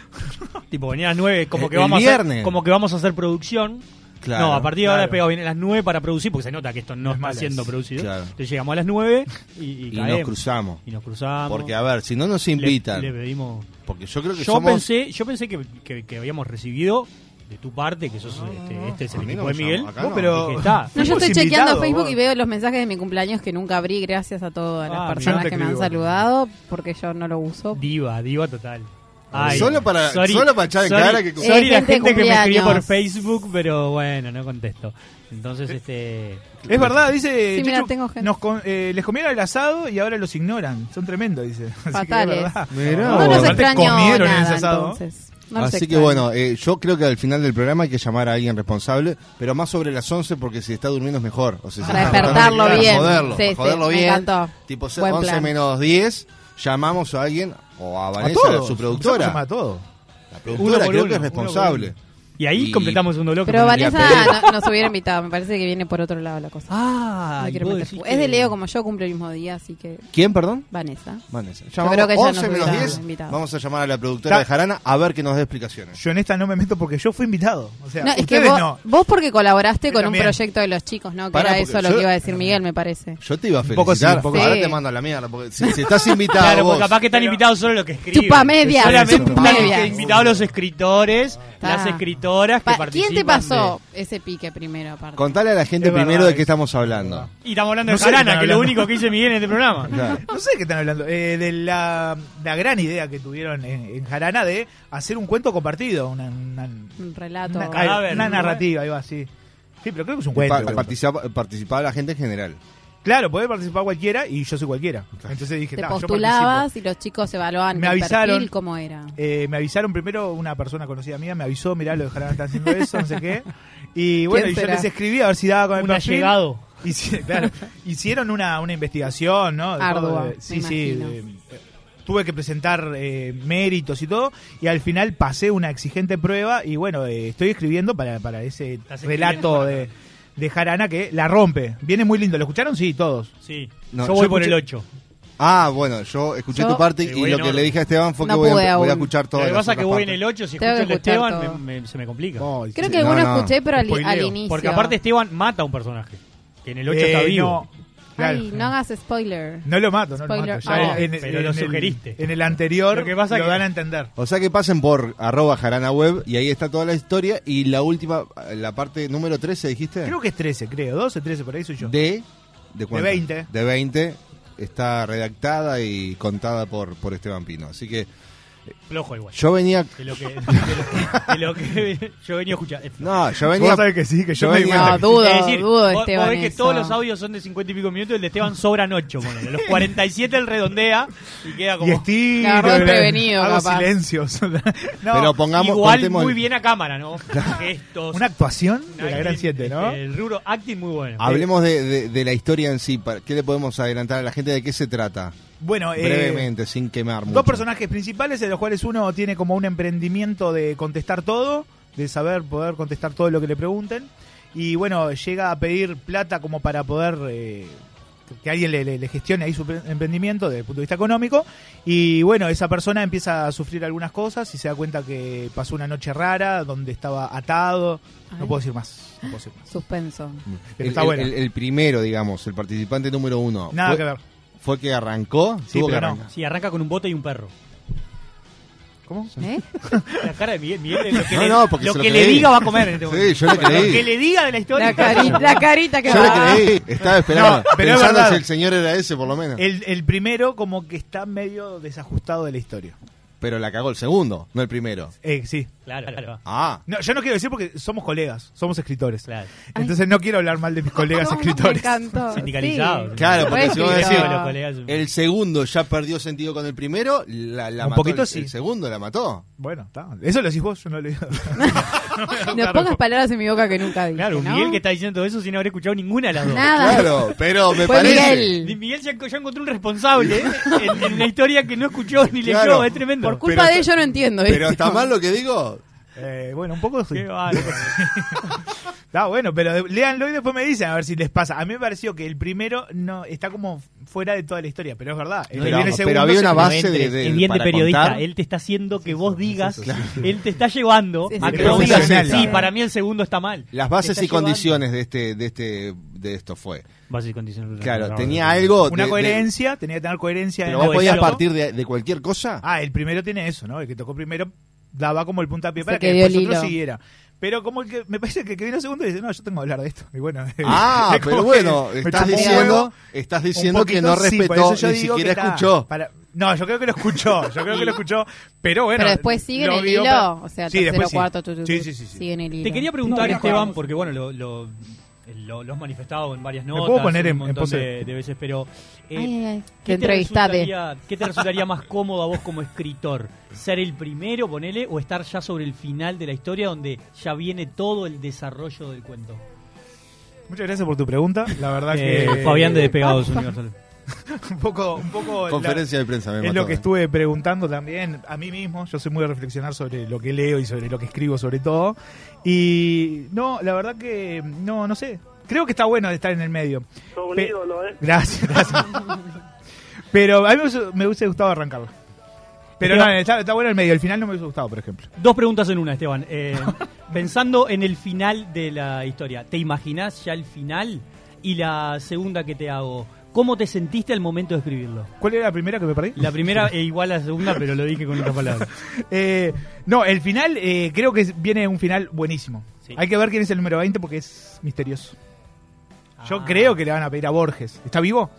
Speaker 8: tipo, venir a las 9, como que
Speaker 1: El
Speaker 8: vamos a hacer,
Speaker 1: viernes.
Speaker 8: como que vamos a hacer producción.
Speaker 1: Claro,
Speaker 8: no, a partir de ahora
Speaker 1: claro.
Speaker 8: despegado viene a las 9 para producir, porque se nota que esto no está
Speaker 1: malas.
Speaker 8: siendo producido.
Speaker 1: Claro.
Speaker 8: Entonces llegamos a las 9 y, y
Speaker 1: Y
Speaker 8: caemos.
Speaker 1: nos cruzamos.
Speaker 8: Y nos cruzamos.
Speaker 1: Porque, a ver, si no nos invitan.
Speaker 8: Le, le pedimos.
Speaker 1: Porque yo creo que
Speaker 8: Yo
Speaker 1: somos...
Speaker 8: pensé, yo pensé que, que- que habíamos recibido de tu parte, que sos este, este es el
Speaker 1: A mí
Speaker 8: equipo
Speaker 1: no
Speaker 8: de
Speaker 1: me
Speaker 8: Miguel.
Speaker 1: llamó, acá
Speaker 8: Vos,
Speaker 1: no.
Speaker 8: pero
Speaker 1: Dije,
Speaker 8: está.
Speaker 17: No, yo
Speaker 7: Fuimos
Speaker 17: estricto. estoy chequeando
Speaker 7: invitados,
Speaker 17: Facebook
Speaker 7: vos.
Speaker 17: y veo los mensajes de mi cumpleaños que nunca abrí, gracias a todas las
Speaker 8: Ah,
Speaker 17: personas
Speaker 8: mirá, te
Speaker 17: que me han
Speaker 8: escribo.
Speaker 17: saludado, porque yo no lo uso.
Speaker 8: Diva, diva total.
Speaker 1: Solo para- solo para echar en cara que-
Speaker 8: Sorry, la
Speaker 17: Eh, gente
Speaker 8: gente, que me escribe por
Speaker 17: cumpleaños.
Speaker 8: Facebook, pero bueno, no contesto. Entonces,
Speaker 1: Eh,
Speaker 8: este.
Speaker 7: Es verdad, dice.
Speaker 17: Sí, mirá,
Speaker 7: Chuchu,
Speaker 17: tengo gente.
Speaker 7: nos com- eh, les comieron el asado y ahora los ignoran. Son tremendos, dice. Así que es
Speaker 17: Fatales.
Speaker 7: verdad.
Speaker 1: Mirá
Speaker 17: No
Speaker 1: vos.
Speaker 17: los
Speaker 1: Aparte
Speaker 17: extraño
Speaker 7: comieron
Speaker 17: nada,
Speaker 7: ese asado.
Speaker 17: entonces. No los
Speaker 1: Así que
Speaker 17: extraño.
Speaker 1: bueno, eh, yo creo que al final del programa hay que llamar a alguien responsable, pero más sobre las 11 porque si está durmiendo es mejor. O sea, si
Speaker 17: Para
Speaker 1: está
Speaker 17: despertarlo
Speaker 1: para
Speaker 17: bien.
Speaker 1: joderlo,
Speaker 17: Sí,
Speaker 1: para
Speaker 17: sí,
Speaker 1: joderlo
Speaker 17: me
Speaker 1: bien.
Speaker 17: encantó.
Speaker 1: Tipo se-
Speaker 17: Buen
Speaker 1: 11
Speaker 17: plan.
Speaker 1: menos 10, llamamos a alguien o a Vanessa,
Speaker 7: todos,
Speaker 1: su
Speaker 7: empezamos a
Speaker 1: productora.
Speaker 7: llamar a todos.
Speaker 1: La productora
Speaker 8: Uno por
Speaker 1: creo
Speaker 8: uno,
Speaker 1: que es
Speaker 8: uno por
Speaker 1: responsable.
Speaker 8: Y ahí
Speaker 1: Y-
Speaker 8: completamos un bloque.
Speaker 17: Pero
Speaker 8: con-
Speaker 17: Vanessa no- nos hubiera invitado, me parece que viene por otro lado la cosa.
Speaker 8: Ah,
Speaker 17: No
Speaker 8: y
Speaker 17: quiero
Speaker 8: vos
Speaker 17: meter
Speaker 8: decís
Speaker 17: fu-
Speaker 8: que-
Speaker 17: es de Leo como yo, cumple el mismo día, así que
Speaker 1: ¿Quién, perdón?
Speaker 17: Vanessa.
Speaker 1: Vanessa.
Speaker 17: creo
Speaker 1: Llamamos
Speaker 17: que ya
Speaker 1: 11
Speaker 17: nos
Speaker 1: menos
Speaker 17: hubiera
Speaker 1: 10,
Speaker 17: invitado.
Speaker 1: vamos a llamar a la productora de Jarana a ver que nos dé explicaciones.
Speaker 7: Yo en esta no me meto porque yo fui invitado. O sea,
Speaker 17: No, es que
Speaker 7: ustedes
Speaker 17: vos,
Speaker 7: no.
Speaker 17: vos porque colaboraste con
Speaker 7: también.
Speaker 17: un proyecto de los chicos, ¿no? Que
Speaker 1: Pará,
Speaker 17: era
Speaker 1: porque
Speaker 17: eso lo
Speaker 1: yo-
Speaker 17: que iba a decir Miguel, me parece.
Speaker 1: Yo te iba a
Speaker 7: Un poco
Speaker 1: felicitar,
Speaker 7: sí, un poco
Speaker 1: ahora
Speaker 17: sí.
Speaker 1: te mando a la mierda, porque si, si estás invitado
Speaker 8: Claro,
Speaker 1: vos...
Speaker 8: porque capaz que están invitados solo los que escriben.
Speaker 17: Chupamedias.
Speaker 8: Solamente
Speaker 17: Chupamedias.
Speaker 8: están invitados los escritores, las escritoras que
Speaker 17: Pa-
Speaker 8: participan.
Speaker 17: ¿Quién te pasó
Speaker 8: de-
Speaker 17: ese pique primero, aparte?
Speaker 1: Contale a la gente
Speaker 8: Es
Speaker 1: primero
Speaker 8: verdad,
Speaker 1: de qué estamos hablando.
Speaker 8: Y estamos hablando
Speaker 7: No
Speaker 8: de
Speaker 7: sé de qué
Speaker 8: Jarana,
Speaker 7: están
Speaker 8: que es lo
Speaker 7: hablando.
Speaker 8: único que hice Miguel en este programa.
Speaker 1: Claro.
Speaker 7: No sé de qué están hablando. Eh, de la, la gran idea que tuvieron en, en Jarana de hacer un cuento compartido. Una, una-
Speaker 17: Un relato.
Speaker 7: una-
Speaker 8: A ver,
Speaker 7: una
Speaker 8: ¿no?
Speaker 7: narrativa, iba así. Sí, pero creo que es un
Speaker 1: Pa-
Speaker 7: cuento.
Speaker 1: participa- participaba, la gente en general.
Speaker 7: Claro, puede participar cualquiera y yo soy cualquiera. Entonces dije,
Speaker 17: Te
Speaker 7: "Ta, yo participo".
Speaker 17: postulabas y los chicos evaluaban
Speaker 7: Me
Speaker 17: el
Speaker 7: avisaron.
Speaker 17: perfil, cómo era.
Speaker 7: Eh, me avisaron primero una persona conocida mía, me avisó, mirá, lo dejaron estar haciendo eso, no sé qué. Y bueno, y yo
Speaker 17: será?
Speaker 7: les escribí a ver si daba con el
Speaker 8: Un
Speaker 7: perfil.
Speaker 8: allegado.
Speaker 7: Hici- claro, hicieron una, una investigación, ¿no? De
Speaker 17: Ardua,
Speaker 7: todo, de-
Speaker 17: me
Speaker 7: sí, sí.
Speaker 17: imagino.
Speaker 7: de- tuve que presentar eh, méritos y todo, y al final pasé una exigente prueba y bueno, eh, estoy escribiendo para, para ese relato de, de Jarana que la rompe. Viene muy lindo, ¿lo escucharon? Sí, todos.
Speaker 8: Sí.
Speaker 1: No,
Speaker 8: yo voy
Speaker 1: yo
Speaker 8: por el
Speaker 1: escuché-
Speaker 8: 8.
Speaker 1: Ah, bueno, yo escuché
Speaker 17: Yo-
Speaker 1: tu parte
Speaker 8: Sí,
Speaker 1: y
Speaker 8: voy en
Speaker 1: lo que le
Speaker 8: orden.
Speaker 1: dije a Esteban fue
Speaker 17: No
Speaker 1: que voy
Speaker 17: pude
Speaker 1: a, voy a
Speaker 17: aún.
Speaker 1: escuchar
Speaker 8: Lo
Speaker 1: todas
Speaker 8: que
Speaker 1: las
Speaker 8: pasa es
Speaker 1: otras
Speaker 8: que voy en
Speaker 1: partes.
Speaker 8: el 8, si
Speaker 17: Tengo
Speaker 8: escucho el
Speaker 17: que
Speaker 19: escuchar
Speaker 8: Esteban,
Speaker 17: todo.
Speaker 8: me- me- se me complica.
Speaker 17: Creo
Speaker 1: sí,
Speaker 17: que
Speaker 1: no,
Speaker 17: alguno
Speaker 1: no.
Speaker 17: escuché, pero al,
Speaker 7: Spoileo.
Speaker 17: al inicio.
Speaker 8: Porque aparte Esteban mata a un personaje, que en el 8 está
Speaker 7: Eh,
Speaker 8: vivo.
Speaker 7: no, claclaro.
Speaker 17: Ay, no hagas spoiler.
Speaker 7: No lo mato, no
Speaker 17: Spoiler
Speaker 7: lo mato. Ya
Speaker 17: alert.
Speaker 8: Pero lo sugeriste.
Speaker 7: El, Ah, en el anterior
Speaker 8: Lo
Speaker 7: lo,
Speaker 8: que pasa que-
Speaker 7: dan a entender.
Speaker 1: O sea que pasen por arroba jarana web y ahí está toda la historia y la última, la parte número 13, dijiste,
Speaker 7: Creo que es 13, creo. 12, 13, por ahí soy yo.
Speaker 1: de... ¿De cuánto?
Speaker 7: 20.
Speaker 1: De 20 está redactada y contada por, por Esteban Pino. Así que
Speaker 8: Flojo igual.
Speaker 1: Yo venía-
Speaker 8: De lo que, de lo, de lo que yo venía a escuchar.
Speaker 1: No, yo venía- Vos sabés que sí, que yo me di
Speaker 8: venía-
Speaker 1: cuenta que- No, dudo,
Speaker 8: Es decir,
Speaker 1: dudo,
Speaker 8: vos- vos
Speaker 1: Esteban,
Speaker 8: ves que
Speaker 1: eso.
Speaker 8: todos los audios son de 50 y pico minutos, el de Esteban sobran 8, ponele. Los 47 él redondea y queda como...
Speaker 7: Y estiro,
Speaker 8: La
Speaker 7: la- hago silencios.
Speaker 1: Pero pongamos-
Speaker 8: Igual
Speaker 1: contemos-
Speaker 8: muy bien a cámara, ¿no? Gestos.
Speaker 7: Una actuación de la
Speaker 8: acting,
Speaker 7: Gran 7, ¿no?
Speaker 8: este, El rubro acting muy bueno.
Speaker 1: Hablemos de, de- de la historia en sí. para- ¿Qué le podemos adelantar a la gente? ¿De qué se trata?
Speaker 7: Bueno, eh,
Speaker 1: Brevemente, sin quemar mucho.
Speaker 7: Dos personajes principales, de los cuales uno tiene como un emprendimiento de contestar todo, de saber poder contestar todo lo que le pregunten. Y bueno, llega a pedir plata como para poder eh, que alguien le, le- le gestione ahí su pre- emprendimiento desde el punto de vista económico. Y bueno, esa persona empieza a sufrir algunas cosas y se da cuenta que pasó una noche rara donde estaba atado. No
Speaker 17: Ay.
Speaker 7: puedo decir más. No puedo decir más.
Speaker 17: Suspenso.
Speaker 7: Pero
Speaker 1: El,
Speaker 7: está
Speaker 1: el-
Speaker 7: bueno.
Speaker 1: el- el primero, digamos, el participante número uno.
Speaker 7: Nada
Speaker 1: fue,
Speaker 7: que ver.
Speaker 1: ¿Fue que arrancó? Tuvo que arrancar.
Speaker 8: Sí, arranca con un bote y un perro.
Speaker 7: ¿Cómo?
Speaker 17: ¿Eh?
Speaker 8: La cara de Miguel, Miguel lo que,
Speaker 1: No,
Speaker 8: le,
Speaker 1: no, porque
Speaker 8: lo
Speaker 1: se lo
Speaker 8: que le
Speaker 1: creí.
Speaker 8: diga va a comer en este
Speaker 1: Sí,
Speaker 8: momento.
Speaker 1: yo le creí.
Speaker 8: Lo que le diga de la historia.
Speaker 17: La carita, la carita que
Speaker 1: Yo le
Speaker 17: va.
Speaker 1: creí, estaba esperando.
Speaker 7: No, pero es
Speaker 1: pensando
Speaker 7: verdad. Eh,
Speaker 1: si el señor era ese, por lo menos.
Speaker 7: El, el primero como que está medio desajustado de la historia.
Speaker 1: Pero la cagó el segundo, no el primero.
Speaker 7: Eh, sí.
Speaker 8: Claro, claro.
Speaker 1: Ah.
Speaker 7: No, yo no quiero decir porque somos colegas, somos escritores. Entonces no quiero hablar mal de mis colegas escritores.
Speaker 17: encantó.
Speaker 8: Sindicalizados. Sí.
Speaker 1: Claro, porque si vos decís,
Speaker 8: Los colegas-
Speaker 1: el segundo ya perdió sentido con el primero, la, la
Speaker 7: Un
Speaker 1: mató
Speaker 7: poquito
Speaker 1: el,
Speaker 7: sí.
Speaker 1: el segundo la mató.
Speaker 7: Bueno, está. Eso lo decís vos, yo no lo digo.
Speaker 17: Ah, No pongas palabras en mi boca que nunca dije,
Speaker 8: Claro,
Speaker 17: ¿no?
Speaker 8: Miguel que está diciendo todo eso sin haber escuchado ninguna de las dos.
Speaker 17: Nada.
Speaker 1: Claro, pero me
Speaker 17: Fue
Speaker 1: parece.
Speaker 17: Miguel.
Speaker 8: Ni Miguel ya, ya encontró un responsable ¿eh? en, en una historia que no escuchó ni leyó,
Speaker 1: Claro.
Speaker 8: es tremendo.
Speaker 17: Por culpa de ello no entiendo.
Speaker 1: Pero
Speaker 17: esto.
Speaker 1: está mal lo que digo.
Speaker 7: Eh, bueno, un poco sí.
Speaker 8: Qué bárbaro.
Speaker 7: Está bueno, pero de- léanlo y después me dicen a ver si les pasa. A mí me pareció que el primero no está como fuera de toda la historia, pero es verdad. El que
Speaker 1: Pero-
Speaker 7: viene
Speaker 1: pero
Speaker 7: segundo
Speaker 1: había
Speaker 7: se-
Speaker 1: una base
Speaker 8: Es
Speaker 1: de- de-
Speaker 8: bien de
Speaker 1: para
Speaker 8: periodista,
Speaker 1: contar.
Speaker 8: él te está haciendo que vos digas, él te está llevando a que vos digas,
Speaker 1: profesional.
Speaker 8: sí, para mí el segundo está mal.
Speaker 1: Las
Speaker 8: Te
Speaker 1: bases
Speaker 8: está
Speaker 1: y
Speaker 8: llevando.
Speaker 1: condiciones de este, de este, de esto fue.
Speaker 8: Bases y condiciones.
Speaker 1: Claro, tenía algo.
Speaker 7: Una
Speaker 1: de- de-
Speaker 7: coherencia, tenía que tener coherencia.
Speaker 1: pero
Speaker 7: en la
Speaker 1: vos podías
Speaker 7: diálogo.
Speaker 1: partir de, de cualquier cosa.
Speaker 7: Ah, el primero tiene eso, ¿no? El que tocó primero daba como el puntapié
Speaker 17: Se
Speaker 7: para que
Speaker 17: quedó
Speaker 7: después
Speaker 17: el
Speaker 7: otro
Speaker 17: hilo.
Speaker 7: siguiera. Pero como el que me parece que el que vino segundo dice, no, yo tengo que hablar de esto. Y bueno,
Speaker 1: Ah,
Speaker 7: es como que
Speaker 1: pero bueno,
Speaker 7: me
Speaker 1: estás
Speaker 7: chupó un
Speaker 1: diciendo,
Speaker 7: huevo.
Speaker 1: estás
Speaker 7: Un
Speaker 1: diciendo que
Speaker 7: poquito
Speaker 1: no
Speaker 7: sí, por
Speaker 1: respetó,
Speaker 7: eso yo
Speaker 1: ni
Speaker 7: digo que
Speaker 1: siquiera
Speaker 7: está.
Speaker 1: escuchó.
Speaker 7: Para- No, yo creo que lo escuchó, yo creo que lo escuchó, pero bueno.
Speaker 17: Pero después sigue en
Speaker 7: lo
Speaker 17: el
Speaker 7: vio,
Speaker 17: hilo.
Speaker 7: pero-
Speaker 17: O sea,
Speaker 7: Sí,
Speaker 17: tercero,
Speaker 7: después sí.
Speaker 17: cuarto, tu, tu, tu,
Speaker 7: Sí, sí, sí, sí.
Speaker 17: sigue en el hilo.
Speaker 8: Te quería preguntar,
Speaker 17: No,
Speaker 8: Esteban, porque bueno, lo, lo, lo- lo has manifestado en varias
Speaker 7: puedo
Speaker 8: notas,
Speaker 7: poner
Speaker 8: un
Speaker 7: en- en
Speaker 8: montón
Speaker 7: pose?
Speaker 8: de, de veces, pero eh,
Speaker 17: Ay, ay,
Speaker 8: ¿qué,
Speaker 17: te
Speaker 8: te
Speaker 17: entrevistate.
Speaker 8: resultaría, qué te resultaría más cómodo a vos como escritor? ¿Ser el primero, ponele, o estar ya sobre el final de la historia donde ya viene todo el desarrollo del cuento?
Speaker 7: Muchas gracias por tu pregunta, la verdad
Speaker 8: Eh,
Speaker 7: que...
Speaker 8: Fabián de Despegados Universal.
Speaker 7: un poco, un poco... la-
Speaker 1: Conferencia de prensa, me
Speaker 7: Es
Speaker 1: mató,
Speaker 7: lo que
Speaker 1: eh.
Speaker 7: estuve preguntando también a mí mismo. Yo soy muy de reflexionar sobre lo que leo y sobre lo que escribo, sobre todo. Y no, la verdad que no, no sé. Creo que está bueno de estar en el medio. Pe- Gracias, gracias. Pero a mí me hubiese- me hubiese gustado arrancarlo. Pero
Speaker 8: Pero-
Speaker 7: no, está, está bueno el medio. El final no me hubiese gustado, por ejemplo.
Speaker 8: Dos preguntas en una, Esteban. Eh, pensando en el final de la historia, ¿te imaginás ya el final? Y la segunda que te hago, ¿cómo te sentiste al momento de escribirlo?
Speaker 7: ¿Cuál era la primera que me perdí?
Speaker 8: La primera es igual a la segunda, pero lo dije con otras palabras.
Speaker 7: Eh, no, el final eh, creo que es- viene un final buenísimo. Hay que ver quién es el número 20 porque es misterioso. Yo
Speaker 8: Ah.
Speaker 7: creo que le van a pedir a Borges. ¿Está vivo?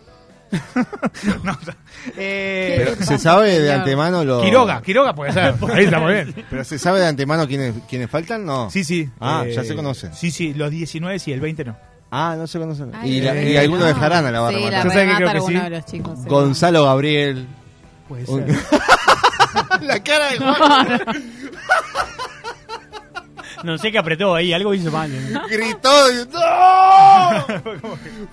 Speaker 7: No, o sea, eh,
Speaker 1: Pero se sabe de antemano lo.
Speaker 7: Quiroga, Quiroga puede ser. Ahí está muy bien.
Speaker 1: Pero se sabe de antemano quiénes, quiénes faltan, ¿no?
Speaker 7: Sí, sí.
Speaker 1: Ah,
Speaker 7: Eh,
Speaker 1: ya se conocen.
Speaker 7: Sí, sí, los 19 sí, el 20 no.
Speaker 1: Ah, no se conocen.
Speaker 7: Ay,
Speaker 1: Y, la-
Speaker 7: eh,
Speaker 1: y algunos
Speaker 7: no.
Speaker 1: dejarán a la barra
Speaker 17: Sí, la
Speaker 1: matar.
Speaker 17: remata alguno de los chicos, sí.
Speaker 1: Gonzalo Gabriel. Un-
Speaker 7: La cara de
Speaker 8: No sé qué apretó ahí, algo hizo mal. ¿eh? ¿no?
Speaker 1: Gritó. y- ¡No!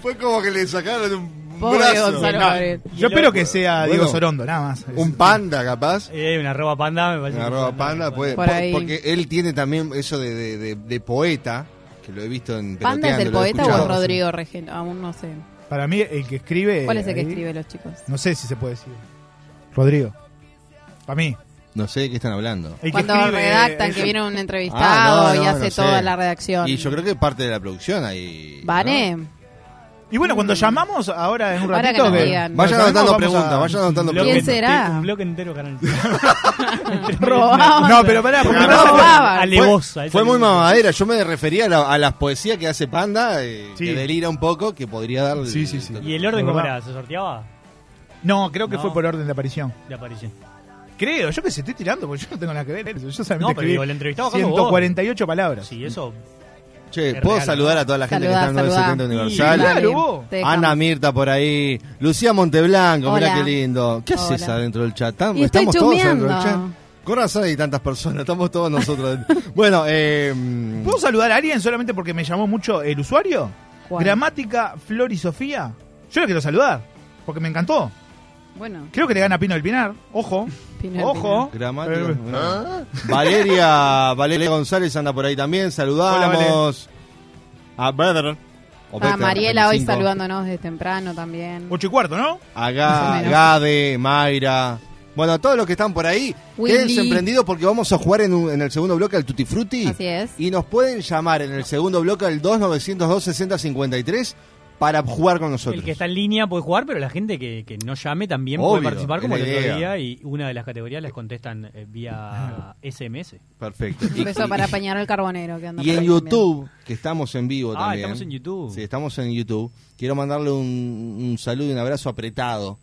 Speaker 1: Fue como que le sacaron un
Speaker 17: Pobre
Speaker 1: brazo.
Speaker 17: Gonzalo
Speaker 1: No.
Speaker 17: Gabriel.
Speaker 7: Yo espero que sea
Speaker 1: Bueno,
Speaker 7: Ah, Diego Sorondo, nada más.
Speaker 1: Un panda, capaz.
Speaker 8: Eh, una roba panda, me parece.
Speaker 1: Una
Speaker 8: que
Speaker 1: roba
Speaker 8: fue-
Speaker 1: panda, puede-
Speaker 17: Por
Speaker 1: por-
Speaker 17: ahí.
Speaker 1: porque él tiene también eso de, de- de- de poeta, que lo he visto en
Speaker 17: ¿Panda es
Speaker 1: Peloteando,
Speaker 17: el
Speaker 1: lo he
Speaker 17: poeta o
Speaker 1: escuchado.
Speaker 17: es Rodrigo Regen? Aún no sé.
Speaker 7: Para mí, el que escribe.
Speaker 17: ¿Cuál es el que
Speaker 7: ahí,
Speaker 17: escribe los chicos?
Speaker 7: No sé si se puede decir. Rodrigo. Para mí.
Speaker 1: No sé de qué están hablando.
Speaker 7: El que
Speaker 17: Cuando
Speaker 7: escribe, eh,
Speaker 17: redactan
Speaker 7: es
Speaker 17: que
Speaker 7: el-
Speaker 17: viene un entrevistado
Speaker 1: Ah, no,
Speaker 17: y
Speaker 1: no,
Speaker 17: hace
Speaker 1: no sé.
Speaker 17: toda la redacción.
Speaker 1: Y yo creo que es parte de la producción ahí. ¿no?
Speaker 17: ¿Vale?
Speaker 7: Y bueno, cuando llamamos ahora en un
Speaker 17: Ahora
Speaker 7: ratito.
Speaker 17: que nos
Speaker 7: que-
Speaker 17: digan.
Speaker 1: Vayan
Speaker 7: cuando
Speaker 1: anotando
Speaker 7: llamemos,
Speaker 1: preguntas,
Speaker 7: vamos a-
Speaker 1: vayan anotando
Speaker 8: Bloque
Speaker 1: preguntas.
Speaker 17: ¿Quién será?
Speaker 8: ente- Un bloque entero, canal.
Speaker 17: Robaban.
Speaker 7: No, pero pará, porque me parece que-
Speaker 17: Robaban.
Speaker 8: Alevosa.
Speaker 1: Fue,
Speaker 8: esa
Speaker 1: fue muy
Speaker 8: misma.
Speaker 1: mamadera, yo me refería a, la- a las poesías que hace Panda, eh, que delira un poco, que podría dar... Sí, sí, sí.
Speaker 8: ¿Y el orden cómo era? ¿Se sorteaba?
Speaker 7: No, creo que
Speaker 8: No.
Speaker 7: fue por orden de aparición.
Speaker 8: De aparición.
Speaker 7: creo, yo que se estoy tirando porque yo no tengo nada que ver. en eso. Yo solamente
Speaker 8: No, pero
Speaker 7: escribí
Speaker 8: digo, el entrevistado acá como vos.
Speaker 7: 148 palabras.
Speaker 8: Sí, eso.
Speaker 1: Che, ¿puedo
Speaker 7: real,
Speaker 1: saludar
Speaker 7: ¿no?
Speaker 1: a toda la gente
Speaker 7: Saludá,
Speaker 1: que está en
Speaker 7: saludá.
Speaker 1: 970
Speaker 7: Y,
Speaker 1: Universal?
Speaker 7: claro, vos.
Speaker 17: Te dejamos.
Speaker 1: Ana Mirta por ahí. Lucía Monteblanco, mirá
Speaker 17: Hola.
Speaker 1: qué lindo. ¿Qué
Speaker 17: Hola.
Speaker 1: haces adentro del chat? Tam-
Speaker 17: Y estoy
Speaker 1: Estamos todos adentro del chat.
Speaker 17: chumeando.
Speaker 1: Con razón hay tantas personas, estamos todos nosotros. adentro. bueno, eh, mm,
Speaker 7: ¿Puedo saludar a alguien solamente porque me llamó mucho el usuario?
Speaker 17: ¿Cuál?
Speaker 7: Gramática Flor y Sofía. Yo la quiero saludar porque me encantó.
Speaker 1: Ah.
Speaker 17: Bueno,
Speaker 7: Creo que le gana Pino del Pinar. Ojo.
Speaker 17: Pino
Speaker 7: Ojo.
Speaker 1: gramática.
Speaker 7: Eh,
Speaker 1: bueno. Valeria, Valeria González anda por ahí también. Saludamos.
Speaker 7: Ah,
Speaker 1: a Brother. o
Speaker 17: está
Speaker 1: Better,
Speaker 17: Ah, Mariela hoy
Speaker 1: 25.
Speaker 17: saludándonos desde temprano también.
Speaker 7: Ocho y cuarto, ¿no?
Speaker 17: Más o
Speaker 1: Aga,
Speaker 17: menos.
Speaker 1: Gade, Mayra. Bueno, todos los que están por ahí,
Speaker 17: Willy.
Speaker 1: quédense emprendidos porque vamos a jugar en, un- en el segundo bloque al Tutti Frutti.
Speaker 17: Así es.
Speaker 1: Y nos pueden llamar en el segundo bloque al 2902-6053 para jugar con
Speaker 8: El
Speaker 1: nosotros.
Speaker 8: que está en línea puede jugar, pero la gente que, que no llame también puede
Speaker 1: Obvio,
Speaker 8: participar como
Speaker 1: es
Speaker 8: el
Speaker 1: la
Speaker 8: otro
Speaker 1: idea.
Speaker 8: día y una de las categorías les contestan eh, vía SMS.
Speaker 1: Perfecto.
Speaker 17: Un beso para Peñarol Carbonero. Que anda
Speaker 1: Y
Speaker 17: por
Speaker 1: en
Speaker 17: ahí también.
Speaker 1: YouTube, que estamos en vivo
Speaker 8: Ah,
Speaker 1: también.
Speaker 8: estamos en YouTube.
Speaker 1: Sí, estamos en YouTube. Quiero mandarle un, un saludo y un abrazo apretado.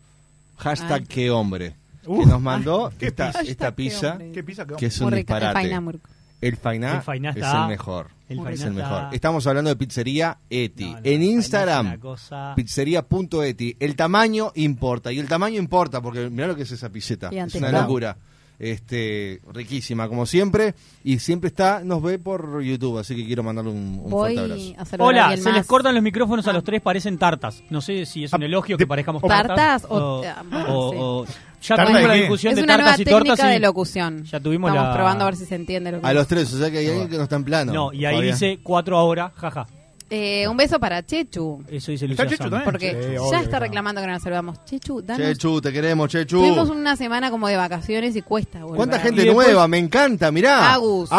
Speaker 1: Hashtag
Speaker 17: Ah.
Speaker 1: que hombre.
Speaker 7: Uh.
Speaker 1: que nos mandó
Speaker 7: Qué
Speaker 1: esta,
Speaker 7: pizza.
Speaker 1: esta pizza,
Speaker 7: ¿Qué pizza?
Speaker 1: que es un
Speaker 17: Muy rica, el
Speaker 1: disparate.
Speaker 17: fainá, Murco.
Speaker 1: El Fainá,
Speaker 8: El Fainá
Speaker 1: es
Speaker 8: está-
Speaker 1: el mejor.
Speaker 8: el
Speaker 1: es
Speaker 8: Fainá
Speaker 1: el mejor.
Speaker 8: está-
Speaker 1: Estamos hablando de pizzería Eti.
Speaker 8: No, no, el
Speaker 1: en
Speaker 8: Fainá es
Speaker 1: Instagram,
Speaker 8: una cosa-
Speaker 1: pizzería.eti. El tamaño importa. Y el tamaño importa, porque mirá lo que es esa piseta.
Speaker 17: Y
Speaker 1: Es
Speaker 17: antes
Speaker 1: una
Speaker 17: que nada.
Speaker 1: locura. Este, riquísima, como siempre. Y siempre está, nos ve por YouTube, así que quiero mandarle un, un fuerte abrazo.
Speaker 17: Voy a saludar a
Speaker 8: Hola,
Speaker 17: alguien
Speaker 8: se les
Speaker 17: más. Ah.
Speaker 8: cortan los micrófonos a los tres, parecen tartas. No sé si es un elogio
Speaker 1: Ah,
Speaker 8: que parezcamos tartas.
Speaker 17: ¿Tartas o-
Speaker 8: o,
Speaker 17: ah,
Speaker 8: o- o- ya
Speaker 7: ¿Tarta
Speaker 8: tuvimos
Speaker 7: de
Speaker 8: la
Speaker 7: qué?
Speaker 17: Es
Speaker 8: discusión de
Speaker 17: una nueva
Speaker 6: tartas y tortas
Speaker 17: técnica
Speaker 6: y-
Speaker 17: de locución.
Speaker 8: Ya tuvimos
Speaker 17: Estamos
Speaker 8: la-
Speaker 17: probando a ver si se entiende lo que
Speaker 1: A los tres, o sea que hay alguien que no está en plano.
Speaker 8: No, y ahí
Speaker 1: Fabián.
Speaker 8: dice cuatro ahora, jaja.
Speaker 17: Eh, un beso para Chechu.
Speaker 8: Eso dice
Speaker 7: Está
Speaker 8: Lucía
Speaker 7: Chechu
Speaker 8: Sam.
Speaker 7: también.
Speaker 17: Porque
Speaker 7: Sí, obvio,
Speaker 17: ya está
Speaker 7: claro.
Speaker 17: reclamando que no nos saludamos. Chechu, danos.
Speaker 1: Chechu, te queremos, Chechu.
Speaker 17: Tuvimos una semana como de vacaciones y cuesta volver.
Speaker 1: ¿Cuánta
Speaker 17: a-
Speaker 1: gente
Speaker 8: Y después-
Speaker 1: nueva? Me encanta, mirá.
Speaker 17: Agus.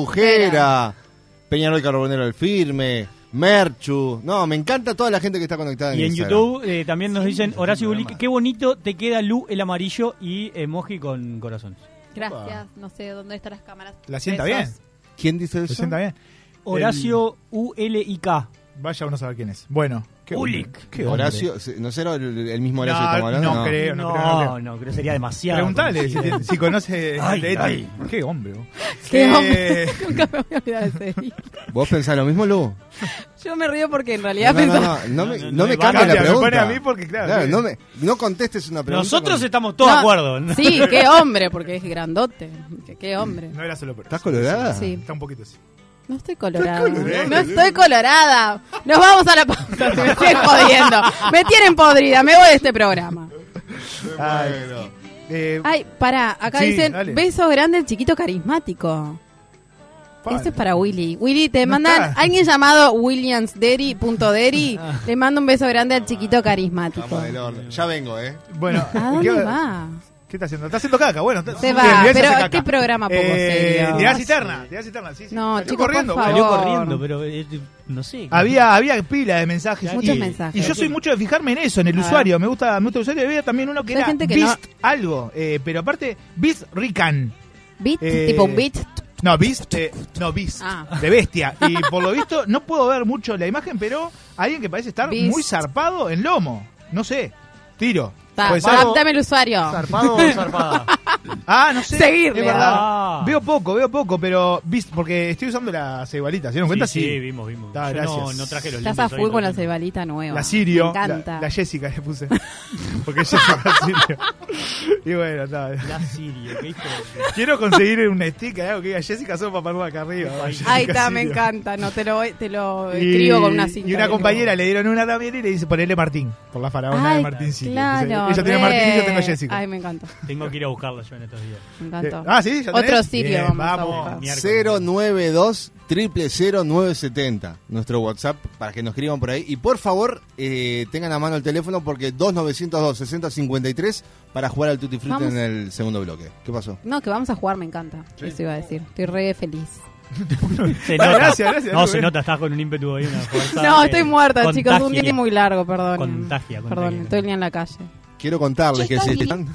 Speaker 1: Agujera. Peñarol Carbonero el Firme. Merchu. No, me encanta toda la gente que está conectada en
Speaker 8: Y en
Speaker 1: Instagram.
Speaker 8: YouTube eh, también nos dicen, Horacio Bulic, qué bonito te queda Lu el amarillo y emoji con corazón.
Speaker 17: Gracias, no sé dónde están las cámaras.
Speaker 7: La sienta
Speaker 17: Besos.
Speaker 7: bien.
Speaker 1: ¿Quién dice
Speaker 7: Se
Speaker 1: eso?
Speaker 7: sienta bien.
Speaker 8: Horacio U-L-I-K.
Speaker 7: Vaya uno a saber quién es. Bueno. qué
Speaker 8: Ulic.
Speaker 7: qué hombre.
Speaker 1: Horacio, ¿no será el, el mismo
Speaker 7: No,
Speaker 1: Horacio que estamos hablando?
Speaker 7: no creo.
Speaker 8: No,
Speaker 7: creo, no
Speaker 8: no,
Speaker 7: creo.
Speaker 8: creo que sería demasiado.
Speaker 7: Preguntale si,
Speaker 8: conocido.
Speaker 7: si conoce.
Speaker 8: Ay,
Speaker 7: de Eti.
Speaker 8: ay.
Speaker 7: Qué hombre. vos.
Speaker 17: Qué
Speaker 7: Eh,
Speaker 17: hombre. Nunca me voy a olvidar de ese día.
Speaker 1: ¿Vos pensás lo mismo, Lu?
Speaker 17: Yo me río porque en
Speaker 1: No,
Speaker 17: realidad
Speaker 1: no, no,
Speaker 17: pensaba.
Speaker 1: no, no me,
Speaker 8: No,
Speaker 1: no,
Speaker 8: no,
Speaker 1: me
Speaker 8: no,
Speaker 1: cambia
Speaker 7: cambia,
Speaker 1: la
Speaker 7: me
Speaker 1: pregunta.
Speaker 7: pone a mí porque, claro, sí.
Speaker 1: no, me- no contestes una pregunta.
Speaker 8: Nosotros
Speaker 1: con-
Speaker 8: estamos todos de
Speaker 17: No.
Speaker 8: acuerdo. ¿no?
Speaker 17: Sí, qué hombre, porque es grandote. Qué, qué hombre.
Speaker 7: No era solo por
Speaker 1: ¿Estás colorada?
Speaker 17: Sí.
Speaker 7: Está un poquito así.
Speaker 17: No estoy colorada.
Speaker 1: colorada,
Speaker 17: No estoy colorada. Nos vamos a la pausa. si me estoy jodiendo. Me tienen podrida. Me voy de este programa.
Speaker 7: Ay, eh,
Speaker 17: Ay, pará. Acá
Speaker 7: Sí,
Speaker 17: dicen
Speaker 7: dale.
Speaker 17: besos grandes, chiquito carismático.
Speaker 7: pa-
Speaker 17: Esto es para Willy. Willy, te
Speaker 7: No
Speaker 17: mandan
Speaker 7: está. Ah.
Speaker 17: alguien llamado williamsderi.deri. le manda un beso grande al chiquito carismático.
Speaker 1: Vamos del orden. Ya vengo, ¿eh?
Speaker 7: Bueno,
Speaker 17: ¿A dónde
Speaker 7: ¿qué,
Speaker 17: va?
Speaker 7: ¿Qué está haciendo? Está haciendo caca. Bueno, está-
Speaker 17: Se
Speaker 7: bien,
Speaker 17: va,
Speaker 7: bien, se
Speaker 17: pero
Speaker 7: hace caca.
Speaker 17: qué programa poco
Speaker 7: eh,
Speaker 17: serio.
Speaker 7: Tirá cisterna, tirá cisterna. Sí, sí.
Speaker 17: No,
Speaker 7: Salió
Speaker 17: chicos,
Speaker 7: corriendo.
Speaker 17: por
Speaker 7: boludo.
Speaker 17: favor.
Speaker 8: Salió corriendo, pero eh, no sé.
Speaker 7: Había, había pila de mensajes.
Speaker 17: Muchos
Speaker 7: y,
Speaker 17: mensajes.
Speaker 7: Y yo soy mucho de fijarme en eso, en el
Speaker 17: A
Speaker 7: usuario. Me gusta, me gusta el usuario. Y Había también uno que
Speaker 17: Hay
Speaker 7: era
Speaker 17: gente que
Speaker 7: Beast algo. eh, pero aparte, Beast Rican.
Speaker 17: Beat,
Speaker 7: Eh,
Speaker 17: tipo un beat.
Speaker 7: No, Beast. eh, no, Beast.
Speaker 17: Ah.
Speaker 7: De bestia. Y por lo visto, no puedo ver mucho la imagen, pero alguien que parece estar
Speaker 17: Beast.
Speaker 7: muy zarpado en lomo. No sé. Tiro.
Speaker 17: Ta,
Speaker 7: Puede ser.
Speaker 17: ta- dame el usuario.
Speaker 8: Zarpado o zarpada.
Speaker 7: Ah, no sé.
Speaker 17: Seguirle,
Speaker 7: Es verdad.
Speaker 8: ah.
Speaker 7: Veo poco, veo poco, pero Beast, porque estoy usando las cebalitas. ¿Se dieron cuenta?
Speaker 8: Sí, sí, vimos, vimos.
Speaker 7: Ta,
Speaker 8: Yo no,
Speaker 7: gracias.
Speaker 8: no traje los
Speaker 17: Estás
Speaker 8: lentes.
Speaker 17: a
Speaker 8: hoy,
Speaker 17: full con la
Speaker 8: entonces no.
Speaker 17: cebalita nueva.
Speaker 7: La Sirio.
Speaker 17: Me encanta.
Speaker 7: La, la Jessica le puse. Porque es Jessica la Sirio. Y bueno, está.
Speaker 8: La Sirio, ¿qué hijo de-
Speaker 7: Quiero conseguir un sticker, algo que diga Jessica Sopa para acá arriba. Jessica
Speaker 17: Ahí está, me
Speaker 7: Sirio.
Speaker 17: encanta. No, te lo, voy- te lo
Speaker 7: Y-
Speaker 17: escribo con una cinta.
Speaker 7: Y una compañera le dieron una también y le dice ponele Martín, por la faraona
Speaker 17: Ay,
Speaker 7: de Martín Sirio. Entonces,
Speaker 17: Claro,
Speaker 7: Ella tiene
Speaker 17: re.
Speaker 7: Martín y yo tengo Jessica.
Speaker 17: Ay, me encanta.
Speaker 8: Tengo que ir a buscarla yo en estos días.
Speaker 17: Me
Speaker 1: Eh,
Speaker 17: encantó.
Speaker 7: Ah, sí, ¿Ya
Speaker 17: Otro
Speaker 7: tenés?
Speaker 17: Sirio
Speaker 7: Bien,
Speaker 17: vamos, a
Speaker 7: vamos.
Speaker 17: buscar.
Speaker 8: Miércoles.
Speaker 1: 092 0970 nuestro WhatsApp, para que nos escriban por ahí. Y por favor, eh, tengan a mano el teléfono porque 2902 6053 para jugar al Tutti Frutti
Speaker 17: Vamos.
Speaker 1: en el segundo bloque. ¿Qué pasó?
Speaker 17: No, que vamos a jugar, me encanta. Eso iba a decir. Estoy re feliz.
Speaker 8: Se
Speaker 7: Bueno,
Speaker 8: nota.
Speaker 7: gracias, gracias,
Speaker 8: No,
Speaker 7: Lu,
Speaker 8: se
Speaker 7: eh.
Speaker 8: nota, estás con un ímpetu ahí. Una fuerza,
Speaker 17: No,
Speaker 8: eh,
Speaker 17: estoy muerta, chicos. Un
Speaker 8: contagia.
Speaker 17: día muy largo, perdón.
Speaker 8: Contagia, contagia.
Speaker 17: Perdón, estoy ni en la calle.
Speaker 1: Quiero contarles que si están,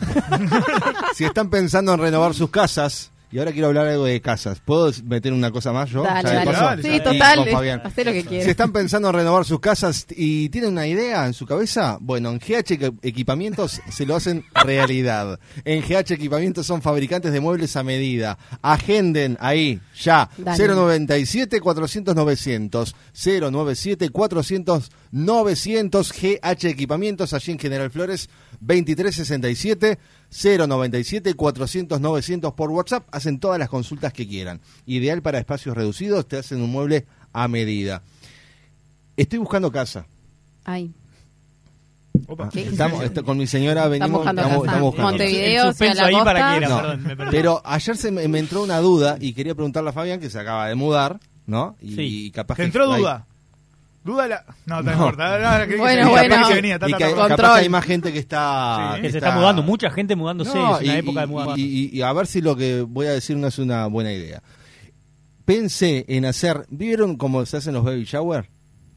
Speaker 1: si están pensando en renovar sus casas Y ahora quiero hablar algo de casas. ¿Puedo meter una cosa más yo?
Speaker 17: Dale,
Speaker 1: ¿Ya de
Speaker 17: dale.
Speaker 1: paso?
Speaker 17: Sí,
Speaker 1: Y
Speaker 17: total,
Speaker 1: con Fabián.
Speaker 17: hacé lo que quieras.
Speaker 1: Si están pensando en renovar sus casas y tienen una idea en su cabeza, bueno, en GH Equ- Equipamientos se lo hacen realidad. En GH Equipamientos son fabricantes de muebles a medida. Agenden ahí, ya.
Speaker 17: Dale.
Speaker 1: 097-400-900. 097-400-900. GH Equipamientos, allí en General Flores, 2367. 097 400 900 por WhatsApp, hacen todas las consultas que quieran. Ideal para espacios reducidos, te hacen un mueble a medida. Estoy buscando casa.
Speaker 17: Ay. ¿Qué?
Speaker 1: Estamos, esto- con mi señora venimos,
Speaker 17: buscando
Speaker 1: estamos,
Speaker 17: casa.
Speaker 1: estamos buscando.
Speaker 17: Montevideo, El suspenso Ciudad de la ahí para Costa. que era, perdón, me perdí.
Speaker 1: Pero ayer se me, me entró una duda y quería preguntarle a Fabián que se acaba de mudar, ¿no? Y,
Speaker 7: Sí.
Speaker 1: y capaz
Speaker 7: ¿Te
Speaker 1: que
Speaker 7: entró
Speaker 1: ahí-
Speaker 7: duda? Duda la... No, te
Speaker 1: No.
Speaker 7: importa. No, no, creí que se- capaz que se venía, ta,
Speaker 1: Y
Speaker 7: ta,
Speaker 1: que
Speaker 7: ta, ta.
Speaker 1: capaz que hay más gente que está
Speaker 8: Que se está mudando, mucha gente mudándose,
Speaker 1: No,
Speaker 8: es una
Speaker 1: y-
Speaker 8: época de
Speaker 1: y-
Speaker 8: mudanza.
Speaker 1: Y, y a ver si lo que voy a decir no es una buena idea. Pensé en hacer, ¿vieron cómo se hacen los baby shower?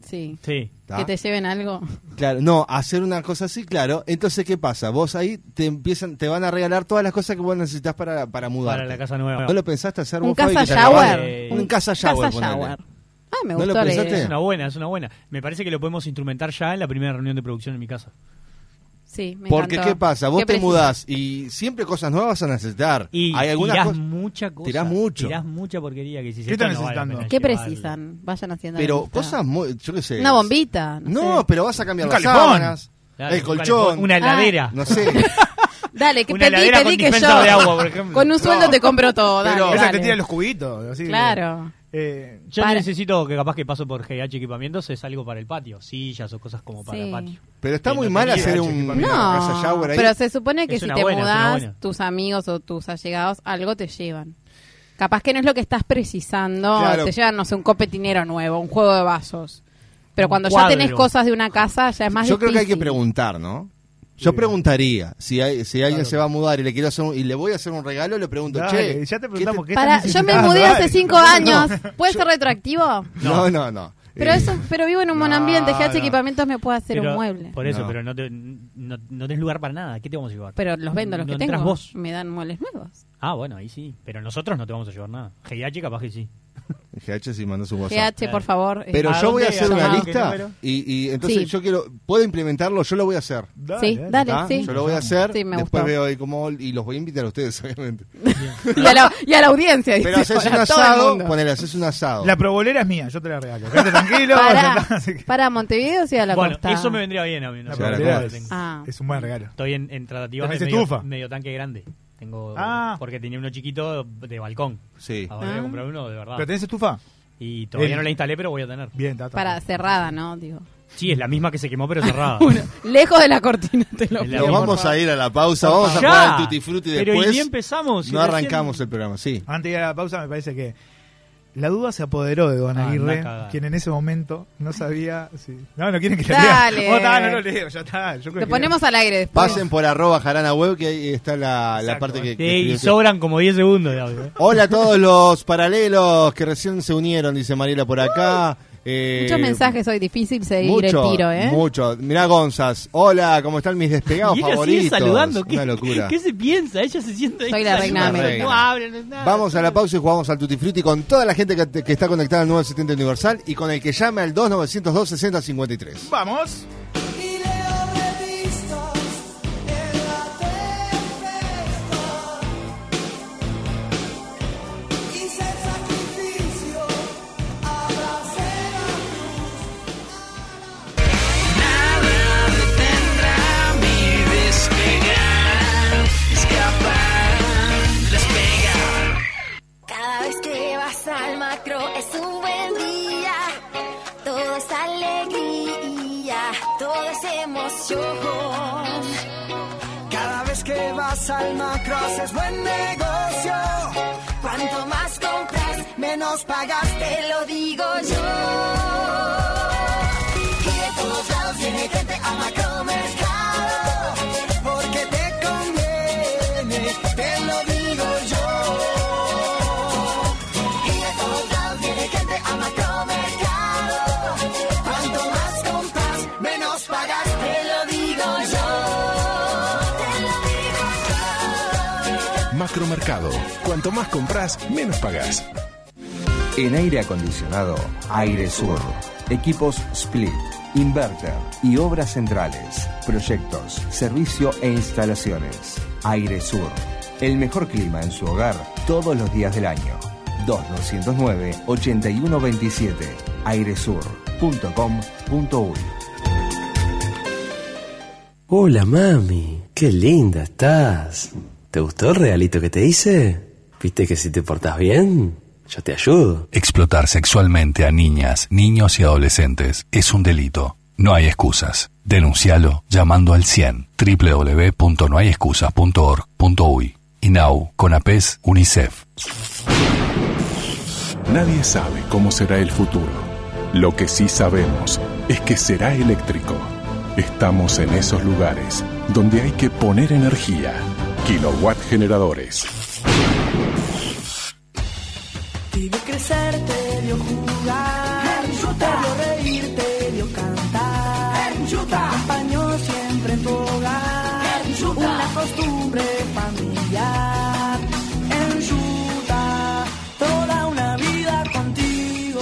Speaker 17: Sí.
Speaker 8: Sí.
Speaker 17: Que te lleven algo.
Speaker 1: Claro, no, hacer una cosa así, claro. Entonces, ¿qué pasa? Vos ahí te empiezan, te van a regalar todas las cosas que vos necesitas para, para mudar.
Speaker 8: Para la casa nueva.
Speaker 1: ¿No lo pensaste hacer
Speaker 17: Un
Speaker 1: vos, Fabi,
Speaker 17: casa
Speaker 1: que te acabas
Speaker 17: shower.
Speaker 1: de- Un casa shower. ponele.
Speaker 17: Ah, me
Speaker 1: ¿No lo
Speaker 17: gustó la
Speaker 1: pensaste?
Speaker 17: idea.
Speaker 8: Es una buena, es una buena. Me parece que lo podemos instrumentar ya en la primera reunión de producción en mi casa.
Speaker 17: Sí, me
Speaker 1: Porque,
Speaker 17: encantó.
Speaker 1: ¿qué pasa? Vos
Speaker 17: Qué
Speaker 1: te
Speaker 17: preciso.
Speaker 1: mudás y siempre cosas nuevas vas a necesitar.
Speaker 8: Y
Speaker 1: Hay algunas
Speaker 8: tirás
Speaker 1: cosas-
Speaker 8: mucha cosa.
Speaker 1: Tirás mucho.
Speaker 8: Tirás mucha porquería que si se
Speaker 1: ¿Qué están
Speaker 8: no vale la
Speaker 1: necesitando?
Speaker 8: pena
Speaker 17: ¿Qué
Speaker 8: llevarlo.
Speaker 17: precisan? Vayan haciendo. la
Speaker 1: Pero
Speaker 17: lista.
Speaker 1: cosas muy, yo qué sé.
Speaker 17: Una bombita. No,
Speaker 1: No,
Speaker 17: sé.
Speaker 1: pero vas a cambiar
Speaker 8: Un
Speaker 1: las
Speaker 8: calefón.
Speaker 1: sábanas,
Speaker 8: Claro,
Speaker 1: el
Speaker 8: un
Speaker 1: colchón, Ah,
Speaker 8: calefón, una heladera.
Speaker 1: No sé.
Speaker 17: Dale, que
Speaker 8: Una
Speaker 17: pedí,
Speaker 8: heladera
Speaker 17: pedí
Speaker 8: con
Speaker 17: que yo.
Speaker 8: dispensador de agua, por ejemplo.
Speaker 17: Con un sueldo
Speaker 7: No.
Speaker 17: te compro todo. Dale,
Speaker 7: Pero esa
Speaker 17: dale.
Speaker 7: te tiran los cubitos. así que-
Speaker 17: Claro.
Speaker 7: Eh,
Speaker 8: Yo
Speaker 17: Para-
Speaker 8: necesito que capaz que paso por GH Equipamientos es algo para el patio, sillas o cosas como para
Speaker 17: Sí.
Speaker 8: el patio.
Speaker 1: Pero está
Speaker 8: Que
Speaker 1: muy
Speaker 8: no
Speaker 1: mal
Speaker 8: tenía
Speaker 1: hacer
Speaker 8: GH
Speaker 1: un
Speaker 17: No,
Speaker 1: una casa shower ahí.
Speaker 17: pero se supone que
Speaker 8: Es
Speaker 17: si
Speaker 8: una
Speaker 17: te
Speaker 8: buena, es una
Speaker 17: mudás,
Speaker 8: buena.
Speaker 17: tus amigos o tus allegados algo te llevan. Capaz que no es lo que estás precisando,
Speaker 1: Claro.
Speaker 17: te llevan, no sé, un copetinero nuevo, un juego de vasos. Pero
Speaker 8: Un
Speaker 17: cuando ya
Speaker 8: cuadro.
Speaker 17: tenés cosas de una casa, ya es más
Speaker 1: yo creo que hay que
Speaker 17: difícil.
Speaker 1: preguntar, ¿no? Yo preguntaría, si, hay- si alguien se va a mudar y le quiero hacer un- y le voy a hacer un regalo, le pregunto,
Speaker 7: dale,
Speaker 1: che,
Speaker 7: ya te preguntamos qué
Speaker 17: Para,
Speaker 7: estás
Speaker 17: yo me
Speaker 7: necesitando,
Speaker 17: mudé
Speaker 7: dale.
Speaker 17: hace cinco años, ¿puede ser retroactivo?
Speaker 1: no, no, no.
Speaker 17: Pero
Speaker 1: Eh,
Speaker 17: eso, pero vivo en un buen ambiente,
Speaker 1: no,
Speaker 17: GH
Speaker 1: no.
Speaker 17: Equipamientos me puede hacer un
Speaker 8: Pero-
Speaker 17: mueble.
Speaker 8: Por eso,
Speaker 1: No.
Speaker 8: pero no, te, no, no tenés lugar para nada. ¿Qué te vamos a llevar?
Speaker 17: Pero los vendo, los
Speaker 8: No
Speaker 17: que
Speaker 8: entras
Speaker 17: tengo,
Speaker 8: vos.
Speaker 17: me dan muebles nuevos.
Speaker 8: Ah, bueno, ahí sí. Pero nosotros no te vamos a llevar nada. GH capaz que sí.
Speaker 1: GH sí mandó su WhatsApp.
Speaker 17: GH, por favor. eh,
Speaker 1: Pero
Speaker 8: ¿A
Speaker 1: yo voy a
Speaker 8: dónde?
Speaker 1: hacer
Speaker 17: ¿A
Speaker 1: una
Speaker 17: qué
Speaker 1: lista
Speaker 8: número?
Speaker 1: y, y entonces
Speaker 17: Sí.
Speaker 1: yo quiero, puedo implementarlo, yo lo voy a hacer.
Speaker 17: Sí, dale,
Speaker 1: ¿tá?
Speaker 17: sí.
Speaker 1: Yo lo voy a hacer,
Speaker 17: Sí, me
Speaker 1: después
Speaker 17: gustó.
Speaker 1: veo ahí cómo, y los voy a invitar a ustedes, obviamente.
Speaker 17: Y a la, y a la audiencia.
Speaker 1: Pero
Speaker 17: dice,
Speaker 1: haces un
Speaker 17: para todo el
Speaker 1: asado,
Speaker 17: mundo.
Speaker 1: ponele, haces un asado.
Speaker 7: La probolera es mía, yo te la regalo. Quédate tranquilo. ya
Speaker 17: Para,
Speaker 7: está, así que-
Speaker 17: Ah, para Montevideo sí a la
Speaker 8: bueno,
Speaker 17: costa.
Speaker 8: eso me vendría bien a mí. no
Speaker 7: La
Speaker 8: sé,
Speaker 7: probolera
Speaker 8: no
Speaker 7: es,
Speaker 8: tengo.
Speaker 17: Ah.
Speaker 7: es un buen regalo.
Speaker 8: Estoy en, en tratativas
Speaker 7: Tenés
Speaker 8: de medio,
Speaker 7: estufa.
Speaker 8: medio tanque grande. Tengo,
Speaker 7: Ah.
Speaker 8: Porque tenía uno chiquito de balcón.
Speaker 1: Sí.
Speaker 8: Ahora voy
Speaker 17: Ah.
Speaker 8: a comprar uno de verdad.
Speaker 7: ¿Pero tenés estufa?
Speaker 8: Y todavía
Speaker 7: El-
Speaker 8: no la instalé, pero voy a tener.
Speaker 7: Bien, está. está.
Speaker 17: Para cerrada, ¿no? Digo.
Speaker 8: Sí, es la misma que se quemó, pero cerrada.
Speaker 17: Uno, lejos de la cortina, te lo
Speaker 8: Es la
Speaker 1: Nos
Speaker 17: pido.
Speaker 8: misma.
Speaker 1: vamos a ir a la pausa, vamos
Speaker 8: Ya.
Speaker 1: a jugar al Tutti Frutti
Speaker 8: Pero
Speaker 1: después.
Speaker 8: ¿y bien empezamos? Si
Speaker 1: No
Speaker 8: recién-
Speaker 1: arrancamos el programa, sí.
Speaker 7: Antes de ir a la pausa, me parece que la duda se apoderó de Don
Speaker 8: Ah,
Speaker 7: Aguirre,
Speaker 8: anda a cagar.
Speaker 7: quien en ese momento no sabía. si- No, no quieren que la
Speaker 17: Dale.
Speaker 7: lea. Oh, está, no lo leo, ya
Speaker 1: Ah,
Speaker 7: está. Yo creo
Speaker 17: Lo
Speaker 7: que-
Speaker 17: ponemos al aire después.
Speaker 1: Pasen por arroba jarana web que ahí está la, la
Speaker 7: Exacto.
Speaker 1: parte que...
Speaker 8: Sí,
Speaker 1: que
Speaker 8: y
Speaker 1: escribió que-
Speaker 8: sobran como 10 segundos de audio. ¿eh?
Speaker 1: Hola a todos los paralelos que recién se unieron, dice Mariela por acá. Eh,
Speaker 17: Muchos mensajes hoy, difícil seguir
Speaker 1: mucho,
Speaker 17: el tiro, ¿eh?
Speaker 1: Mucho. Mirá, Gonzas. Hola, ¿cómo están mis despegados
Speaker 8: y ella
Speaker 1: favoritos?
Speaker 6: favoritos,
Speaker 8: sigue saludando. ¿Qué,
Speaker 1: Una locura.
Speaker 8: ¿Qué se piensa? Ella se siente. ahí
Speaker 17: Soy la
Speaker 1: reina
Speaker 8: saludando,
Speaker 1: América.
Speaker 8: No habla, no es nada.
Speaker 1: Vamos a la pausa y jugamos al Tutti Frutti con toda la gente que, que está conectada al 970 Universal y con el que llame al 2902 6053.
Speaker 7: Vamos.
Speaker 20: Y leo revistas en la perfecta. Hice el sacrificio, abracé la
Speaker 16: Nada detendrá mi despegar, escapar, despegar.
Speaker 6: Cada vez que vas al macro es un buen día. Todo es alegría, todo es emoción.
Speaker 20: Cada vez que vas al macro es buen negocio.
Speaker 6: Cuanto más compras, menos pagas, te lo digo yo.
Speaker 20: Y de todos lados viene gente a macromercado. Porque te conviene, te lo digo yo. Y de todos lados viene gente a macromercado. Cuanto más compras, menos pagas, te lo digo yo. Te lo digo yo.
Speaker 4: Macromercado. Cuanto más compras, menos pagas.
Speaker 1: En aire acondicionado, Aire Sur. Equipos Split, Inverter y Obras Centrales. Proyectos, servicio e instalaciones. Aire Sur. El mejor clima en su hogar todos los días del año. 2209-8127. airesur.com.uy
Speaker 21: Hola mami, qué linda estás. ¿Te gustó el regalito que te hice? ¿Viste que si te portas bien? Yo te ayudo.
Speaker 4: Explotar sexualmente a niñas, niños y adolescentes es un delito. No hay excusas. Denuncialo llamando al 100 www.nohayexcusas.org.uy. INAU, CONAPES, E UNICEF. Nadie sabe cómo será el futuro. Lo que sí sabemos es que será eléctrico. Estamos en esos lugares donde hay que poner energía. Kilowatt generadores.
Speaker 20: Te vio crecer, te vio jugar. Te vio reír, te vio cantar. Te acompañó siempre en tu hogar. Una costumbre familiar. En Yuta, toda una vida contigo.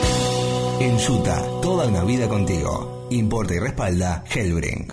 Speaker 1: En Yuta, toda una vida contigo. Importa y respalda Hellbrink.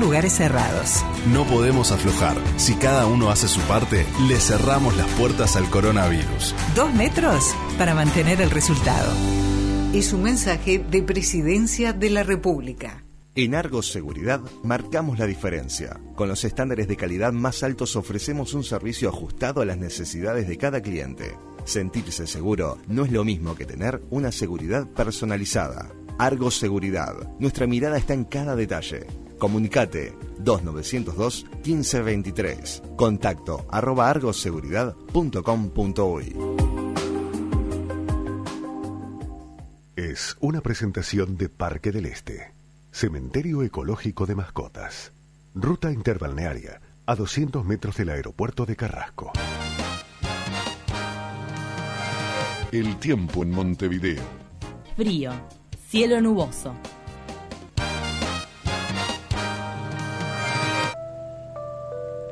Speaker 22: lugares cerrados.
Speaker 4: No podemos aflojar. Si cada uno hace su parte, le cerramos las puertas al coronavirus.
Speaker 22: Dos metros para mantener el resultado.
Speaker 23: Es un mensaje de Presidencia de la República.
Speaker 24: En Argos Seguridad marcamos la diferencia. Con los estándares de calidad más altos ofrecemos un servicio ajustado a las necesidades de cada cliente. Sentirse seguro no es lo mismo que tener una seguridad personalizada. Argos Seguridad. Nuestra mirada está en cada detalle. Comunicate 2902 1523. Contacto arroba argoseguridad.com.uy.
Speaker 4: Es una presentación de Parque del Este, Cementerio Ecológico de Mascotas, Ruta Interbalnearia a 200 metros del aeropuerto de Carrasco. El tiempo en Montevideo.
Speaker 2: Frío. Cielo nuboso.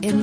Speaker 25: En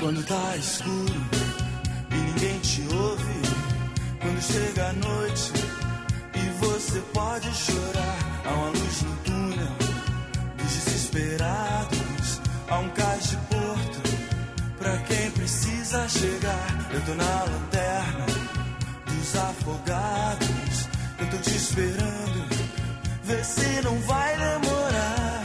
Speaker 20: Quando tá escuro e ninguém te ouve. Quando chega a noite e você pode chorar. Há uma luz no túnel dos desesperados. Há um cais de porto pra quem precisa chegar. Eu tô na lanterna dos afogados.
Speaker 26: Eu tô te esperando, vê se não vai demorar.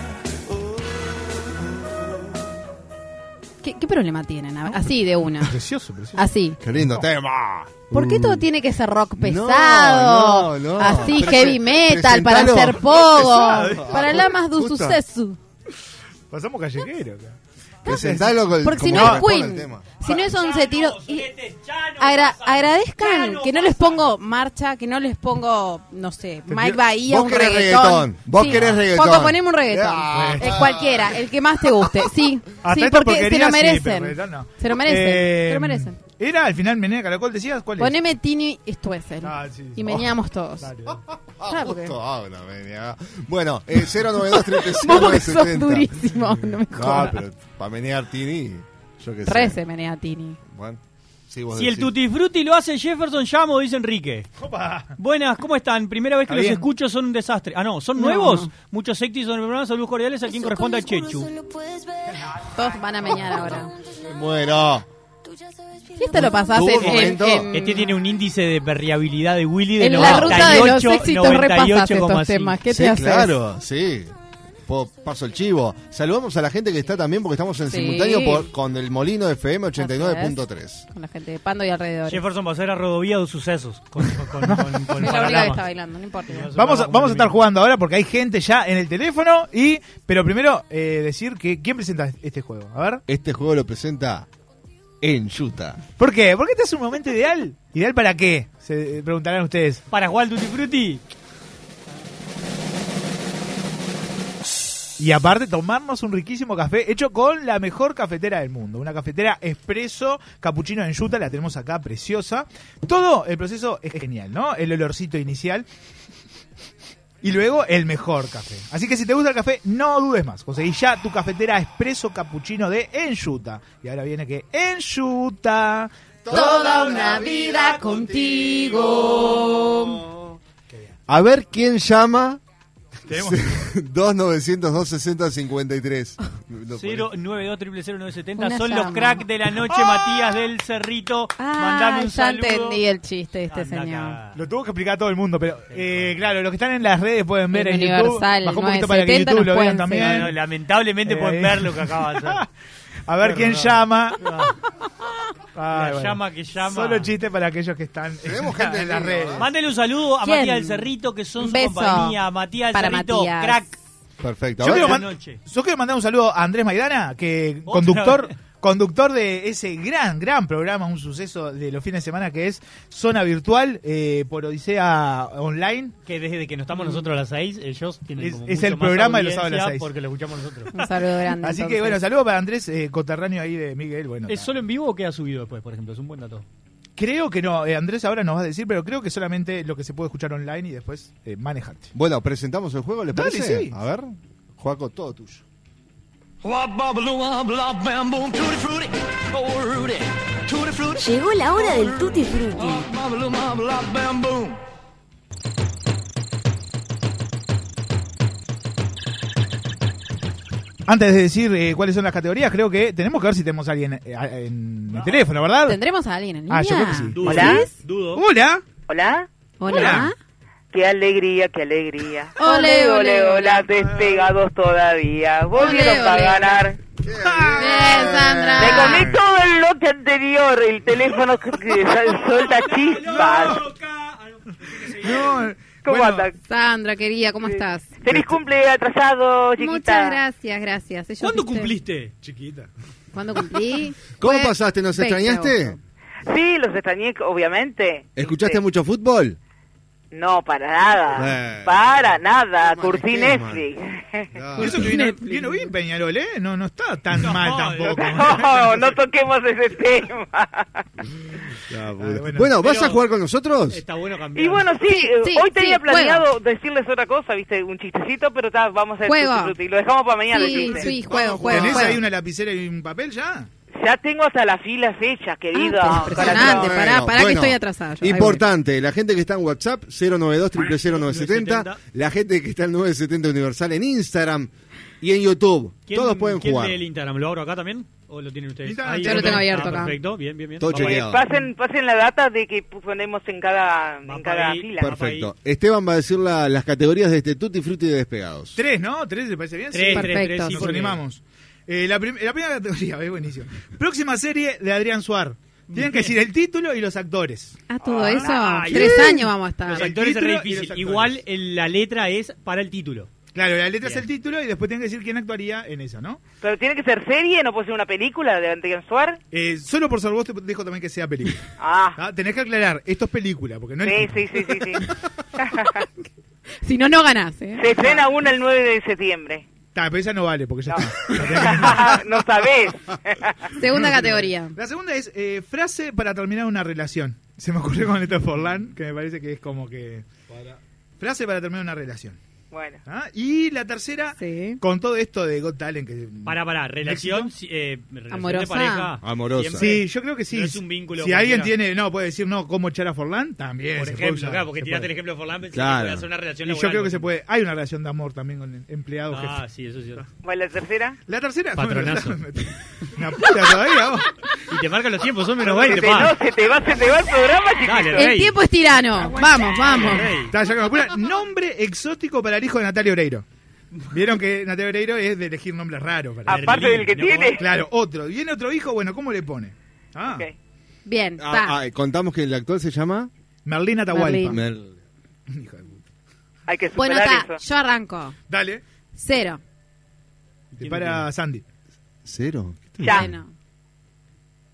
Speaker 17: ¿Qué, qué problema tienen? A- Así de una.
Speaker 1: Precioso, precioso.
Speaker 17: Así.
Speaker 1: Qué lindo tema.
Speaker 17: ¿Por qué todo tiene que ser rock
Speaker 1: No,
Speaker 17: pesado?
Speaker 1: no, no.
Speaker 17: Así,
Speaker 1: Prese-
Speaker 17: heavy metal, para
Speaker 1: presentalo. eh.
Speaker 17: hacer pogo,
Speaker 7: Pesado.
Speaker 17: para la más du
Speaker 7: Justo.
Speaker 17: suceso.
Speaker 7: Pasamos callejero. acá.
Speaker 1: Presentalo con
Speaker 17: Porque si
Speaker 1: como
Speaker 17: no es
Speaker 1: corresponde al
Speaker 17: Queen,
Speaker 1: tema.
Speaker 17: si no es once tiros. y- agra- agradezcan que no les pongo marcha, que no les pongo, no sé, Mike Bahía,
Speaker 1: Vos
Speaker 17: un
Speaker 1: querés
Speaker 17: reggaetón.
Speaker 1: reggaetón, vos querés reggaetón.
Speaker 17: Poco, poneme un reggaetón.
Speaker 1: Ah.
Speaker 17: Eh, cualquiera, el que más te guste. Sí,
Speaker 7: Hasta
Speaker 17: sí
Speaker 7: esta
Speaker 17: porque se
Speaker 7: Ah, porquería
Speaker 17: lo
Speaker 7: sí, pero
Speaker 17: merecen.
Speaker 7: reggaetón no.
Speaker 17: Se lo merecen,
Speaker 7: Eh,
Speaker 17: se lo merecen.
Speaker 7: Era al final Menea Caracol, decías cuál es? Ah,
Speaker 17: Poneme Tini y Stuessel. Y meníamos todos. Claro, porque-
Speaker 1: Ah, Justo ahora, venía. Bueno, eh, 092
Speaker 17: Vos porque sos
Speaker 1: 370.
Speaker 17: durísimo, no me
Speaker 1: No,
Speaker 17: jodas.
Speaker 1: pero para menear Tini, yo qué sé.
Speaker 17: Re se menea Tini.
Speaker 1: Bueno, sí, vos
Speaker 8: Si el
Speaker 1: decís.
Speaker 8: Tutti Frutti lo hace Jefferson, llamo, dice Enrique. Buenas, ¿cómo están? Primera vez que
Speaker 7: Está
Speaker 8: los
Speaker 7: bien.
Speaker 8: escucho, son un desastre. Ah, no, son
Speaker 17: No.
Speaker 8: nuevos. Muchos éxitos en el programa. Saludos cordiales a quien corresponde a Chechu.
Speaker 17: Todos van a meñar ahora.
Speaker 1: Bueno.
Speaker 17: Si esto lo pasás
Speaker 8: Tuvo
Speaker 17: en-
Speaker 8: un
Speaker 17: en,
Speaker 8: momento.
Speaker 17: en-
Speaker 8: Este tiene un índice de perriabilidad de Willy de
Speaker 17: en la ruta de los
Speaker 8: 98,
Speaker 17: éxitos repasás estos temas. ¿Qué
Speaker 1: sí,
Speaker 17: te haces?
Speaker 1: claro, sí. Po- paso el chivo. Saludamos a la gente que está también porque estamos en
Speaker 17: Sí.
Speaker 1: simultáneo por- con el Molino FM 89.3.
Speaker 17: Con la gente de Pando y alrededor.
Speaker 8: Jefferson pasó a la rodovía de sucesos. Con, con- con- con- con
Speaker 17: Es la única que
Speaker 8: Panorama.
Speaker 17: está bailando, no importa.
Speaker 7: Vamos a, vamos a estar jugando ahora porque hay gente ya en el teléfono y pero primero eh, decir que quién presenta este juego. A ver.
Speaker 1: Este juego lo presenta en Utah.
Speaker 7: ¿Por qué? Porque este es un momento ideal. ¿Ideal para qué? Se eh, preguntarán ustedes.
Speaker 8: Para jugar al Tutti Frutti.
Speaker 7: Y aparte tomarnos un riquísimo café hecho con la mejor cafetera del mundo. Una cafetera expreso, capuchino en yuta, la tenemos acá preciosa. Todo el proceso es genial, ¿no? El olorcito inicial. Y luego el mejor café. Así que si te gusta el café, no dudes más. Conseguí ya tu cafetera expreso capuchino de Enjuta. Y ahora viene que Enjuta.
Speaker 17: Toda una vida contigo.
Speaker 1: A ver quién llama. 2902-6053.
Speaker 8: 092
Speaker 17: Una
Speaker 8: Son
Speaker 17: llama.
Speaker 8: los cracks de la noche, Matías del Cerrito.
Speaker 17: Ah,
Speaker 8: Mandame un
Speaker 17: ya
Speaker 8: saludo.
Speaker 17: entendí el chiste este señor.
Speaker 7: Lo tuvo que explicar a todo el mundo, pero eh, claro, los que están en las redes pueden ver
Speaker 17: En
Speaker 7: en,
Speaker 17: Universal,
Speaker 7: YouTube. Bajó un poquito
Speaker 17: 970
Speaker 7: para que YouTube lo
Speaker 17: nos
Speaker 7: vean
Speaker 17: pueden
Speaker 7: también.
Speaker 17: seguir.
Speaker 8: No, no, lamentablemente
Speaker 7: Eh,
Speaker 8: pueden
Speaker 7: ahí.
Speaker 8: ver lo que acaba de hacer.
Speaker 7: A ver quién
Speaker 8: Perdón.
Speaker 7: llama. Ah.
Speaker 8: La
Speaker 7: Ay, bueno.
Speaker 8: llama que llama.
Speaker 7: Solo chiste para aquellos que están en, en las redes.
Speaker 8: Mándale un saludo a
Speaker 7: ¿Quién?
Speaker 8: Matías del Cerrito, que son
Speaker 17: Un
Speaker 8: su
Speaker 17: beso
Speaker 8: compañía. Matías del
Speaker 17: para
Speaker 8: Cerrito,
Speaker 17: Matías.
Speaker 8: crack.
Speaker 1: Perfecto.
Speaker 7: Yo quiero,
Speaker 8: Buenas
Speaker 7: man-
Speaker 8: noches.
Speaker 7: yo quiero mandar un saludo a Andrés Maidana, que conductor conductor de ese gran, gran programa, un suceso de los fines de semana que es Zona Virtual eh, por Odisea Online.
Speaker 8: Que desde que nos estamos nosotros a las 6, ellos tienen
Speaker 7: Es-
Speaker 8: como
Speaker 7: es
Speaker 8: mucho
Speaker 7: el
Speaker 8: más
Speaker 7: programa de los
Speaker 8: audiencia
Speaker 7: sábados a las seis.
Speaker 8: Porque lo escuchamos nosotros.
Speaker 17: Un saludo grande.
Speaker 7: Así que
Speaker 17: entonces.
Speaker 7: bueno, saludo para Andrés eh, Coterráneo ahí de Miguel. Bueno,
Speaker 8: ¿Es
Speaker 7: nada.
Speaker 8: solo en vivo o queda subido después, por ejemplo? Es un buen dato.
Speaker 7: creo que no, eh, Andrés ahora nos va a decir, pero creo que solamente lo que se puede escuchar online y después eh, manejarte.
Speaker 1: Bueno, presentamos el juego, ¿les
Speaker 7: Dale,
Speaker 1: parece?
Speaker 7: sí.
Speaker 1: A ver, Juaco, todo tuyo.
Speaker 16: oh,
Speaker 26: Llegó la hora del tutti frutti.
Speaker 7: Antes de decir eh, cuáles son las categorías, creo que tenemos que ver si tenemos a alguien eh, a- en el teléfono, ¿verdad?
Speaker 17: ¿Tendremos a alguien en línea?
Speaker 7: Ah, yo creo que sí.
Speaker 12: Hola.
Speaker 7: Hola.
Speaker 12: Hola.
Speaker 17: Hola.
Speaker 12: Qué alegría, qué alegría.
Speaker 17: Ole, ole,
Speaker 12: hola. Despegados todavía. Volvieron a
Speaker 17: ole.
Speaker 12: ganar.
Speaker 17: Bien, Sandra.
Speaker 12: Me comí todo el bloque anterior. El teléfono que- que sal- suelta chispas. ¿Cómo andan?
Speaker 17: Sandra, querida, ¿cómo estás?
Speaker 1: Este,
Speaker 12: Feliz cumple atrasado, chiquita.
Speaker 17: Muchas gracias, gracias. Ellos,
Speaker 12: ¿Cuándo
Speaker 17: viste,
Speaker 12: cumpliste?
Speaker 7: Chiquita.
Speaker 17: ¿Cuándo cumplí?
Speaker 1: ¿Cómo
Speaker 17: Fue
Speaker 1: pasaste? ¿Nos
Speaker 17: 20 de
Speaker 1: extrañaste?
Speaker 17: agosto.
Speaker 12: Sí, los extrañé, obviamente.
Speaker 1: ¿Escuchaste mucho fútbol?
Speaker 12: No, para nada.
Speaker 1: Eh.
Speaker 12: Para nada. Curtí
Speaker 7: quema.
Speaker 12: Netflix.
Speaker 7: Y eso que vino, vino bien Peñarol, ¿eh? No, no está tan mal tampoco.
Speaker 12: No, no toquemos ese tema.
Speaker 17: Ah,
Speaker 1: bueno,
Speaker 12: Bueno,
Speaker 1: ¿vas
Speaker 12: pero-
Speaker 1: a jugar con nosotros?
Speaker 17: Eh,
Speaker 8: bueno
Speaker 12: Y bueno, sí,
Speaker 17: Sí,
Speaker 12: eh,
Speaker 17: sí,
Speaker 12: hoy tenía
Speaker 17: sí,
Speaker 12: planeado decirles otra cosa, viste, un chistecito, pero ta, vamos a
Speaker 17: Juego.
Speaker 12: hacer tutti frutti. Lo dejamos para mañana. el
Speaker 17: Sí,
Speaker 12: chiste.
Speaker 17: sí, juego, juego.
Speaker 7: ¿Tenés
Speaker 17: juego.
Speaker 7: ahí una lapicera y un papel ya?
Speaker 12: Ya tengo hasta las filas hechas, querido.
Speaker 17: Ah, impresionante,
Speaker 12: Corazón.
Speaker 17: pará, pará que
Speaker 1: Bueno,
Speaker 17: estoy atrasada. yo. Ahí voy.
Speaker 1: Importante, la gente que está en WhatsApp, 092 0970 la gente que está en 970 Universal en Instagram y en YouTube.
Speaker 8: ¿Quién-
Speaker 1: Todos pueden
Speaker 8: quién
Speaker 1: jugar.
Speaker 8: lee el Instagram? ¿Lo abro acá también? ¿O lo tienen ustedes?
Speaker 17: Instagram
Speaker 8: Ahí,
Speaker 17: yo lo tengo abierto
Speaker 8: ah,
Speaker 17: acá.
Speaker 8: Perfecto, bien, bien, bien.
Speaker 1: Todo
Speaker 8: Vamos.
Speaker 1: chequeado.
Speaker 12: Pasen, pasen la data de que ponemos en cada, en cada fila.
Speaker 1: Perfecto. Esteban va a decir la- las categorías de este Tutti Frutti de despegados.
Speaker 7: Tres, ¿no? ¿Tres le parece bien?
Speaker 18: Tres,
Speaker 7: Sí.
Speaker 18: tres, tres, Perfecto. sí,
Speaker 7: Nos
Speaker 18: porque-
Speaker 7: animamos. Eh, la, prim- la primera categoría, es buenísimo. Próxima serie de Adrián Suar. Tienen que decir el título y los actores.
Speaker 17: Ah, todo eso.
Speaker 7: ay,
Speaker 17: Tres
Speaker 7: bien.
Speaker 17: años vamos a estar.
Speaker 7: Los
Speaker 8: Los actores es
Speaker 7: título
Speaker 8: re
Speaker 7: y
Speaker 8: difícil.
Speaker 7: los actores.
Speaker 8: Igual el- la letra es para el título.
Speaker 7: Claro, la letra es el título y después tienen que decir quién actuaría en esa, ¿no?
Speaker 12: Pero tiene que ser serie, no puede ser una película de Adrián Suar.
Speaker 7: Eh, solo por ser vos te dejo también que sea película.
Speaker 12: Ah.
Speaker 7: Ah, Tenés que aclarar, esto es película, porque no
Speaker 12: Sí,
Speaker 7: es...
Speaker 12: sí, sí, sí, sí.
Speaker 17: Si no, no ganás. ¿eh?
Speaker 12: Se estrena una el 9 de septiembre.
Speaker 7: Ta, pero esa no vale, porque ya está.
Speaker 12: no sabés.
Speaker 17: Segunda categoría.
Speaker 7: La segunda es eh, frase para terminar una relación. Se me ocurrió con Lito Forlán, que me parece que es como que... Frase para terminar una relación.
Speaker 12: Bueno.
Speaker 7: Ah, Y la tercera, con todo esto de Got Talent, que...
Speaker 8: Para, para, relación, si- eh, relación de
Speaker 7: Amorosa.
Speaker 8: pareja.
Speaker 1: Amorosa.
Speaker 8: siempre.
Speaker 7: Sí, yo creo que sí.
Speaker 8: No es un vínculo
Speaker 7: si alguien
Speaker 8: cualquiera.
Speaker 7: tiene, no, puede decir no, como echar a Forlán, también.
Speaker 8: Por
Speaker 7: se puede
Speaker 8: ejemplo,
Speaker 7: usar,
Speaker 8: claro, porque
Speaker 7: se
Speaker 8: tiraste
Speaker 7: puede.
Speaker 8: el ejemplo de Forlán, pensé
Speaker 7: Claro.
Speaker 8: que podía hacer una relación
Speaker 7: Y
Speaker 8: laboral.
Speaker 7: yo creo que
Speaker 8: con-
Speaker 7: se puede. Hay una relación de amor también con empleados.
Speaker 8: Ah, sí, eso es cierto.
Speaker 12: Bueno, la tercera.
Speaker 7: La tercera.
Speaker 8: Patronazo.
Speaker 7: Una puta todavía, vos.
Speaker 8: Y te marcan los tiempos, son menos 20,
Speaker 7: Se te-
Speaker 8: pa.
Speaker 7: no, se te va- se te va el programa, chiquito.
Speaker 8: Dale,
Speaker 7: El
Speaker 17: El
Speaker 8: rey.
Speaker 17: tiempo es tirano. Vamos, vamos.
Speaker 7: Está, ya que me apura. Nombre exótico para el hijo de Natalia Oreiro. Vieron que Natalia Oreiro es de elegir nombres raros. para-
Speaker 12: Aparte del que tiene.
Speaker 7: Claro, otro. Viene otro hijo, bueno, ¿cómo le pone? Ah.
Speaker 17: Bien,
Speaker 1: Ah, ah, contamos que el actual se llama
Speaker 7: Merlina Atahualpa.
Speaker 1: Merl-
Speaker 12: Hay que
Speaker 17: Bueno,
Speaker 12: superar
Speaker 17: está.
Speaker 12: eso.
Speaker 17: Yo arranco.
Speaker 7: Dale.
Speaker 17: Cero.
Speaker 7: Para Sandy.
Speaker 1: ¿Cero?
Speaker 17: Bueno.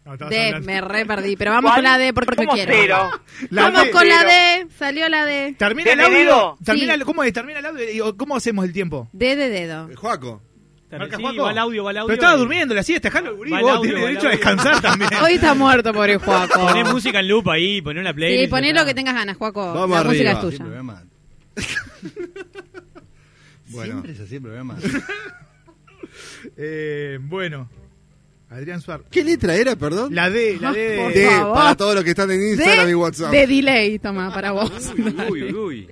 Speaker 7: No, estabas
Speaker 17: D,
Speaker 7: hablando.
Speaker 17: me re perdí. Pero vamos con la D porque
Speaker 7: ¿Cómo
Speaker 17: quiero.
Speaker 7: cero? La
Speaker 17: vamos
Speaker 7: D.
Speaker 17: con la
Speaker 7: Cero.
Speaker 17: D. Salió la D.
Speaker 7: Termina el audio. Termina el- ¿Cómo es? Termina el audio. y- o- ¿Cómo hacemos el tiempo?
Speaker 17: D de dedo.
Speaker 1: Juaco.
Speaker 7: Marca
Speaker 8: Sí,
Speaker 7: Juaco.
Speaker 8: va el audio, va el audio.
Speaker 7: Pero estaba durmiendo, la siesta, dejalo al gurí,
Speaker 8: Va el
Speaker 7: vos
Speaker 8: audio,
Speaker 7: tenés
Speaker 8: va el
Speaker 7: derecho a
Speaker 8: audio.
Speaker 7: descansar también.
Speaker 17: Hoy está muerto, pobre Juaco.
Speaker 8: Poné música en loop ahí, poné una playlist.
Speaker 17: Sí, poné
Speaker 8: acá.
Speaker 17: lo que tengas ganas, Juaco.
Speaker 8: Vamos
Speaker 17: la música es
Speaker 8: arriba.
Speaker 17: tuya.
Speaker 1: Siempre
Speaker 7: es así el programa. eh, bueno. Adrián Suárez.
Speaker 1: ¿Qué letra era, perdón?
Speaker 7: La D, la D. de-
Speaker 1: D,
Speaker 7: favor.
Speaker 1: para todos los que están en Instagram
Speaker 17: D
Speaker 1: y WhatsApp.
Speaker 17: de delay, toma, para vos.
Speaker 1: uy, uy.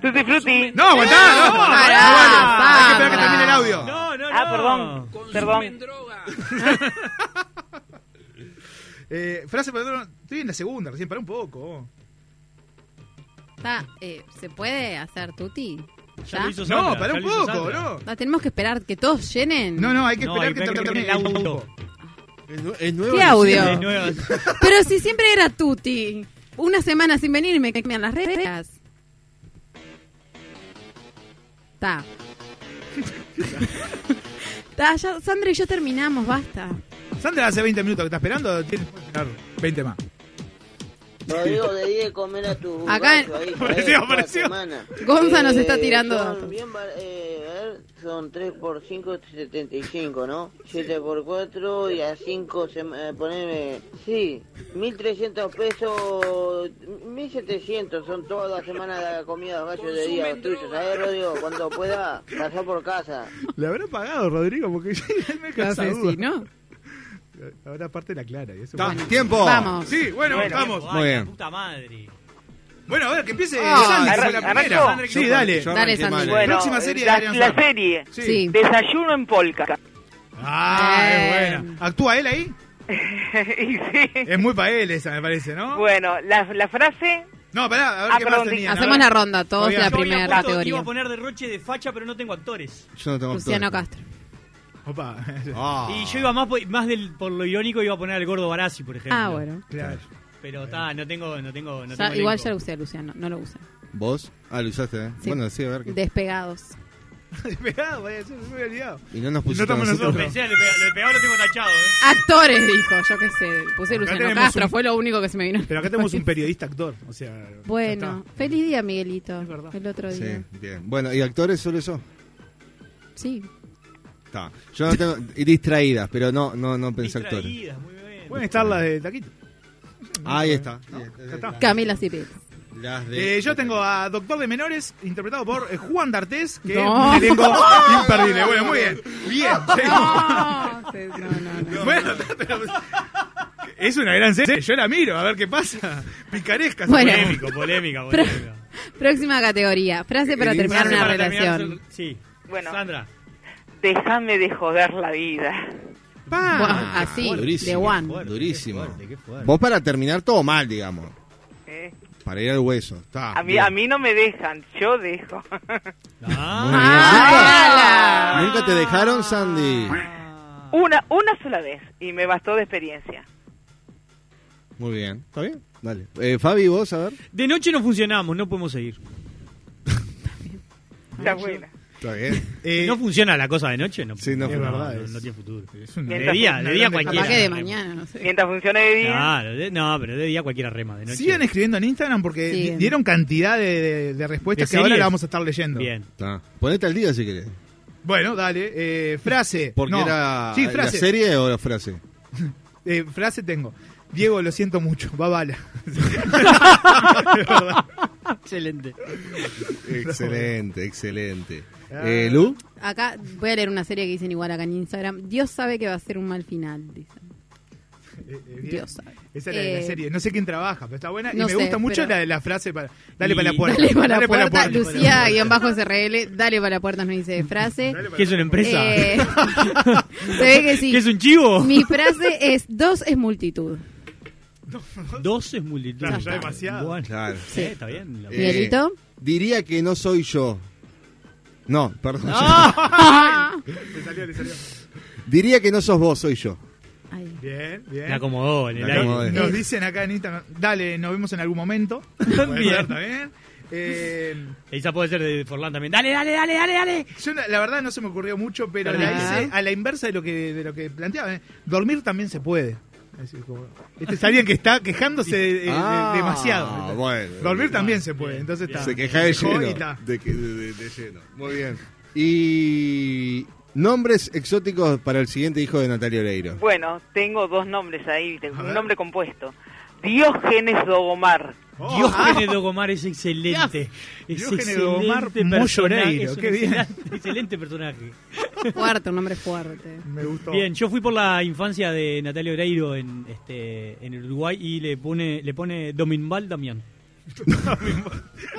Speaker 12: Tutti Frutti.
Speaker 7: No, aguantá, no.
Speaker 12: Pará,
Speaker 7: Hay que esperar que
Speaker 12: pará.
Speaker 7: termine el audio.
Speaker 8: No, no,
Speaker 12: Ah,
Speaker 8: no.
Speaker 12: perdón. Perdón.
Speaker 7: Eh, frase para Estoy en la segunda, recién, para un poco.
Speaker 17: Está, eh, ¿Se puede hacer tuti? ¿Ya?
Speaker 7: lo hizo Sandra, No, pará ya un lo hizo poco, Sandra. no.
Speaker 17: Ah, tenemos que esperar que todos llenen.
Speaker 7: No, no, hay que esperar que termine el audio.
Speaker 1: Es
Speaker 17: ¿Qué audio? Pero si siempre era tuti. Una semana sin venir y me cambian las reglas. Está. Está, ya, Sandra y yo terminamos, basta.
Speaker 7: Sandra hace 20 minutos que está esperando. Tiene que esperar 20 más.
Speaker 27: Rodrigo, de ir de comer a tu
Speaker 17: Acá-
Speaker 27: borracho ahí,
Speaker 7: Apareció,
Speaker 27: tres,
Speaker 7: apareció.
Speaker 27: cuatro semanas.
Speaker 17: Gonza nos está tirando
Speaker 27: Eh, son
Speaker 17: datos.
Speaker 27: bien bar- eh, a ver, son 3 por 5, 75, ¿no? 7 por 4 y a 5, eh, poneme... Sí, 1.300 pesos, 1.700 son todas las semanas la comida de gallos de día, los tuyos. A ver, Rodrigo, cuando pueda, pasá por casa.
Speaker 7: ¿Le habrá pagado, Rodrigo? Porque me
Speaker 27: Lo
Speaker 7: causa duda.
Speaker 17: ¿no?
Speaker 7: Ahora parte la clara. y eso-
Speaker 1: Ta, tiempo. Vamos.
Speaker 7: Sí, bueno,
Speaker 1: Bueno.
Speaker 7: vamos.
Speaker 1: Muy bien.
Speaker 8: Puta madre.
Speaker 7: Bueno, a ver, que empiece
Speaker 12: Ah,
Speaker 7: Sandra, que
Speaker 12: arran-
Speaker 7: fue Eh, la
Speaker 12: arrancó.
Speaker 7: primera. Sí,
Speaker 12: Yo
Speaker 7: dale.
Speaker 12: arranqué Dale, mal, Sandra. eh. Bueno,
Speaker 7: Próxima serie de
Speaker 12: la-
Speaker 7: Adrián
Speaker 12: la
Speaker 7: Suárez.
Speaker 12: serie.
Speaker 7: Sí.
Speaker 12: Sí. Desayuno en polka.
Speaker 7: Ah,
Speaker 12: Eh.
Speaker 7: es buena. ¿Actúa él ahí? Es muy para él esa, me parece, ¿no?
Speaker 12: Bueno, la, la frase.
Speaker 7: No, pará, a ver
Speaker 12: Ah,
Speaker 7: qué
Speaker 12: perdón,
Speaker 7: más tenían,
Speaker 17: Hacemos
Speaker 7: a ver.
Speaker 17: la ronda, todos
Speaker 7: Oigan,
Speaker 17: la
Speaker 7: yo
Speaker 17: primera
Speaker 7: había puesto-
Speaker 17: categoría.
Speaker 8: Iba a poner derroche de facha, pero no tengo actores.
Speaker 1: Yo no tengo
Speaker 17: Luciano
Speaker 1: actores.
Speaker 17: Castro.
Speaker 7: Opa. Ah.
Speaker 8: Y yo iba más, por- más del, por lo irónico, iba a poner al gordo Barassi, por ejemplo.
Speaker 17: Ah, bueno.
Speaker 7: Claro.
Speaker 8: Pero está, no tengo, no tengo, no
Speaker 17: Ya-
Speaker 8: tengo
Speaker 17: igual
Speaker 8: elenco.
Speaker 17: ya lo usé a Luciano, no lo usa.
Speaker 1: ¿Vos? Ah, lo usaste, ¿eh?
Speaker 17: Sí.
Speaker 1: Bueno, sí, a ver. qué-
Speaker 17: Despegados.
Speaker 7: Despegado, vaya, yo me había olvidado.
Speaker 1: Y no nos pusiste
Speaker 7: estamos
Speaker 1: nosotros.
Speaker 7: nosotros.
Speaker 8: Pensé, le pegado, lo tengo tachado, ¿eh?
Speaker 17: Actores, dijo, yo qué sé. Puse Luciano
Speaker 7: tenemos
Speaker 17: Castro,
Speaker 7: un-
Speaker 17: fue lo único que se me vino.
Speaker 7: Pero acá tenemos un periodista actor, o sea. ya
Speaker 17: Bueno,
Speaker 7: está.
Speaker 17: feliz día, Miguelito. El otro día.
Speaker 1: Sí, bien. Bueno, ¿y actores solo eso?
Speaker 17: Sí.
Speaker 1: Está. Yo no tengo... y distraídas, pero no, no, no pensé actores.
Speaker 7: Pueden estar las de Taquito.
Speaker 1: Ahí está.
Speaker 7: Ya está.
Speaker 17: Camila Cipri.
Speaker 1: Las de...
Speaker 7: Eh, yo tengo a Doctor de Menores, interpretado por eh, Juan D'Artés, que
Speaker 17: No.
Speaker 7: es un elenco imperdible. Bueno, muy bien. Bien, seguimos. Bueno, es una gran serie. Yo la miro, a ver qué pasa. Picaresca.
Speaker 17: Bueno.
Speaker 7: seguro.
Speaker 8: Polémico, polémica,
Speaker 17: Pro-
Speaker 8: polémica.
Speaker 17: Próxima categoría. Frase para
Speaker 18: Eh,
Speaker 17: terminar
Speaker 18: frase
Speaker 17: una
Speaker 18: para terminar
Speaker 17: relación.
Speaker 18: el- Sí.
Speaker 12: Bueno.
Speaker 18: Sandra.
Speaker 12: Déjame de joder la vida.
Speaker 17: Buah, Ah, así, de one.
Speaker 1: Durísimo.
Speaker 12: qué fuerte.
Speaker 1: Vos para terminar todo mal, digamos.
Speaker 12: Eh,
Speaker 1: Para ir al hueso. Está,
Speaker 12: a, mí,
Speaker 1: bien.
Speaker 12: a mí no me dejan, yo dejo.
Speaker 1: Muy bien.
Speaker 12: Ah.
Speaker 1: ¿Nunca, nunca te dejaron, Sandy.
Speaker 17: Ah.
Speaker 12: Una, una sola vez y me bastó de experiencia.
Speaker 1: Muy bien. ¿Está bien? Dale. Eh, Fabi, vos, a ver.
Speaker 8: De noche no funcionamos, no podemos seguir.
Speaker 12: Está buena.
Speaker 1: Está bien.
Speaker 8: no funciona la cosa de noche, Eh, no.
Speaker 1: no
Speaker 8: no,
Speaker 1: funciona.
Speaker 8: no,
Speaker 1: Es-
Speaker 8: no tiene futuro.
Speaker 12: una-
Speaker 8: De día,
Speaker 12: una
Speaker 8: de día
Speaker 12: gran
Speaker 8: cualquiera.
Speaker 12: Capaz que de
Speaker 8: rema.
Speaker 17: Mañana, no sé.
Speaker 12: Mientras funcione de día.
Speaker 7: Ah,
Speaker 8: Claro, de- no, pero de día cualquiera rema. De noche.
Speaker 7: Sigan escribiendo en Instagram porque
Speaker 12: Siguen.
Speaker 7: dieron cantidad de, de- de respuestas
Speaker 8: ¿De
Speaker 7: que ahora
Speaker 8: series?
Speaker 7: la vamos a estar leyendo.
Speaker 8: Bien.
Speaker 1: Está. Ponete al día si querés.
Speaker 7: Bueno, dale. eh, frase.
Speaker 1: Porque
Speaker 7: No.
Speaker 1: era
Speaker 7: Sí,
Speaker 1: la
Speaker 7: frase.
Speaker 1: serie o la frase.
Speaker 7: Eh, frase tengo. Diego, lo siento mucho. Va bala.
Speaker 8: Excelente.
Speaker 1: excelente, excelente.
Speaker 17: Ah.
Speaker 1: Eh, Lu.
Speaker 17: Acá voy a leer una serie que dicen igual acá en Instagram. Dios sabe que va a ser un mal final. dicen. Dios sabe.
Speaker 7: Eh, Esa es la, de la
Speaker 17: Eh,
Speaker 7: serie. No sé quién trabaja, pero está buena.
Speaker 17: no
Speaker 7: y me
Speaker 17: sé,
Speaker 7: gusta mucho
Speaker 17: pero-
Speaker 7: la de la frase para. Dale para la
Speaker 8: Y-
Speaker 7: puerta.
Speaker 8: Dale para la
Speaker 17: Puerta,
Speaker 8: puerta.
Speaker 17: Lucía, guión bajo SRL, dale para la puerta, nos dice frase.
Speaker 8: ¿Qué es una empresa?
Speaker 17: Eh, se ve que sí.
Speaker 8: ¿Qué es un chivo?
Speaker 17: Mi frase es, dos es multitud.
Speaker 8: Dos es multitud.
Speaker 7: Claro, ya demasiado.
Speaker 8: Bueno,
Speaker 1: Claro.
Speaker 8: sí, está bien. La-
Speaker 17: Miguelito.
Speaker 1: Eh, Diría que no soy yo. No, perdón. Ah.
Speaker 7: Le salió, le salió.
Speaker 1: Diría que no sos vos, soy yo.
Speaker 7: Bien, bien.
Speaker 8: La acomodó en el
Speaker 1: La Eh.
Speaker 8: aire.
Speaker 1: acomodé.
Speaker 7: Nos dicen acá en Instagram. Dale, nos vemos en algún momento. Puede
Speaker 8: Bien.
Speaker 7: ser, está bien. Eh,
Speaker 8: Esa puede ser de Forlán también. Dale, dale, dale, dale, dale.
Speaker 7: Yo la, la verdad no se me ocurrió mucho, pero la
Speaker 8: Ah.
Speaker 7: hice a la inversa de lo que de lo que planteaba. ¿eh? Dormir también se puede. Es decir, como- este es alguien que está quejándose de- de-
Speaker 1: Ah,
Speaker 7: demasiado.
Speaker 1: bueno.
Speaker 7: Dormir también se puede. Entonces está.
Speaker 1: Se queja de
Speaker 7: Se jode y
Speaker 1: lleno.
Speaker 7: está.
Speaker 1: De, que- de- de- de lleno. Muy bien. Y nombres exóticos para el siguiente hijo de Natalia Oreiro.
Speaker 12: Bueno, tengo dos nombres ahí, tengo un nombre compuesto. Diógenes Dogomar.
Speaker 8: Oh. Diógenes Dogomar es excelente. Es
Speaker 7: Oh. Diógenes
Speaker 8: excelente
Speaker 7: Dogomar
Speaker 8: persona-
Speaker 7: Molloreiro,
Speaker 8: es un
Speaker 7: qué bien.
Speaker 8: Excelente, excelente personaje.
Speaker 17: Fuerte, un nombre fuerte.
Speaker 7: Me gustó.
Speaker 8: Bien, yo fui por la infancia de Natalia Oreiro en este en Uruguay y le pone le pone Dominbal Damián.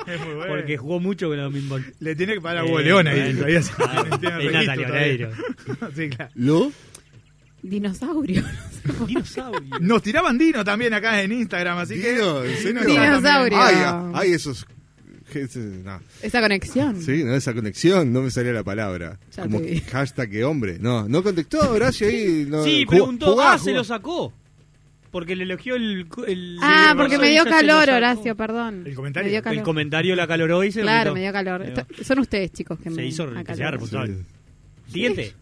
Speaker 7: Es muy bueno.
Speaker 8: Porque jugó mucho con la Dominbal.
Speaker 7: Le tiene que pagar a
Speaker 8: Eh,
Speaker 7: Boleón ahí.
Speaker 8: bueno.
Speaker 7: todavía se- tiene
Speaker 8: Ah, es
Speaker 7: registro
Speaker 8: Natalia
Speaker 7: todavía.
Speaker 8: Oreiro.
Speaker 7: Sí, claro.
Speaker 1: ¿Lu?
Speaker 17: Dinosaurio.
Speaker 8: Dinosaurio.
Speaker 7: Nos tiraban Dino también acá en Instagram, así que.
Speaker 1: Dino, ¿en
Speaker 7: Dino
Speaker 1: serio?
Speaker 7: está
Speaker 17: Dinosaurio.
Speaker 1: Ay, a- ay, esos. ese- no.
Speaker 17: Esa conexión.
Speaker 1: Sí, no, esa conexión, no me salía la palabra.
Speaker 17: Ya
Speaker 1: Como
Speaker 17: te dije.
Speaker 1: hashtag que hombre. No, no contestó Horacio ahí. No,
Speaker 8: sí,
Speaker 1: jugó-
Speaker 8: preguntó,
Speaker 1: eh, jugá,
Speaker 8: ah, se
Speaker 1: jugá.
Speaker 8: lo sacó. Porque le elogió el, cu- el-
Speaker 17: Ah,
Speaker 8: el-
Speaker 17: porque me
Speaker 8: y ya
Speaker 17: dio
Speaker 8: se lo
Speaker 17: calor,
Speaker 8: sacó.
Speaker 17: Horacio, perdón. El comentario. Me dio calor.
Speaker 8: El comentario la caloró y se lo
Speaker 17: claro,
Speaker 8: quitó.
Speaker 17: me dio calor.
Speaker 8: Ahí va.
Speaker 17: Esto- Son ustedes, chicos, que
Speaker 8: Se
Speaker 17: me
Speaker 8: hizo que sea
Speaker 17: acaloran.
Speaker 8: responsable. Siguiente.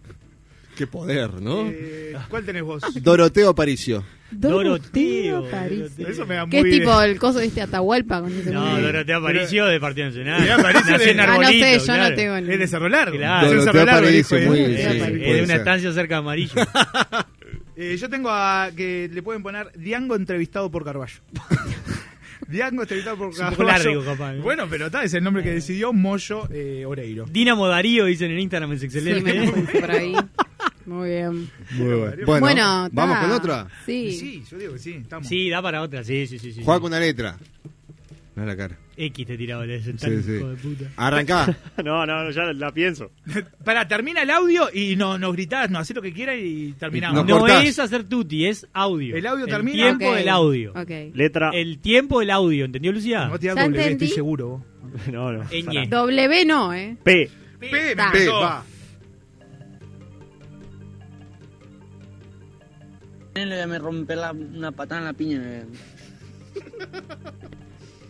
Speaker 1: Qué poder, ¿no?
Speaker 7: Eh, ¿Cuál tenés
Speaker 17: Ah,
Speaker 7: vos?
Speaker 1: Doroteo Aparicio.
Speaker 8: Doroteo,
Speaker 17: París.
Speaker 7: Eso me da
Speaker 17: ¿Qué
Speaker 7: muy
Speaker 17: es
Speaker 7: bien.
Speaker 17: tipo el coso de este Atahualpa con ese
Speaker 8: No,
Speaker 17: nombre?
Speaker 8: Dorotea Aparicio de Partido Nacional.
Speaker 7: Dorotea Aparicio
Speaker 8: Nació
Speaker 7: de-
Speaker 8: en
Speaker 7: Ah, no
Speaker 8: Arbolito,
Speaker 17: sé, yo no
Speaker 8: claro.
Speaker 17: tengo ni-
Speaker 7: Es de Cerro Largo.
Speaker 8: Claro.
Speaker 7: Es de Cerro
Speaker 1: Doroteo
Speaker 7: Largo,
Speaker 1: Aparicio,
Speaker 7: dijo,
Speaker 1: muy
Speaker 7: ¿eh?
Speaker 1: bien, sí,
Speaker 7: Aparicio.
Speaker 8: Es
Speaker 1: puede
Speaker 8: de una
Speaker 1: ser.
Speaker 8: estancia cerca de Amarillo.
Speaker 7: Eh, yo tengo a que le pueden poner Diango entrevistado por Carballo. Diango entrevistado por
Speaker 8: Es un
Speaker 7: Carballo.
Speaker 8: poco largo, capaz, ¿eh? ¿no?
Speaker 7: Bueno, pero está, es el nombre que decidió Moyo eh, Oreiro.
Speaker 8: Dinamo Darío, dicen en Instagram, es excelente.
Speaker 17: Sí, me parece por ahí. Muy bien.
Speaker 1: Muy bueno.
Speaker 17: Bueno,
Speaker 1: Bueno,
Speaker 17: ta.
Speaker 1: vamos con otra.
Speaker 17: Sí.
Speaker 7: Sí, yo digo que sí, estamos.
Speaker 8: Sí, da para otra, sí, sí, sí. sí.
Speaker 1: Juega con una letra. No la cara.
Speaker 8: X te tiraba el
Speaker 1: Sí,
Speaker 8: central,
Speaker 1: sí.
Speaker 8: hijo de puta.
Speaker 1: Arrancá.
Speaker 18: No, no, ya la pienso.
Speaker 7: Pará, termina el audio y no, nos gritás, nos hacés lo que quieras y terminamos.
Speaker 1: Nos
Speaker 8: no
Speaker 1: cortás.
Speaker 8: es hacer tutti, es audio.
Speaker 7: El audio termina.
Speaker 8: El tiempo
Speaker 7: Ok,
Speaker 8: del audio.
Speaker 17: ok.
Speaker 18: Letra.
Speaker 8: El tiempo del audio, ¿entendió Lucía?
Speaker 7: No te da
Speaker 17: Ya
Speaker 7: doble,
Speaker 17: entendí.
Speaker 7: estoy seguro. vos.
Speaker 18: No, no.
Speaker 8: Ñ.
Speaker 17: W no, ¿eh?
Speaker 18: P.
Speaker 7: P, me
Speaker 17: Ta.
Speaker 7: empezó. va.
Speaker 14: Nene, me rompe la- una patada en la piña. nene.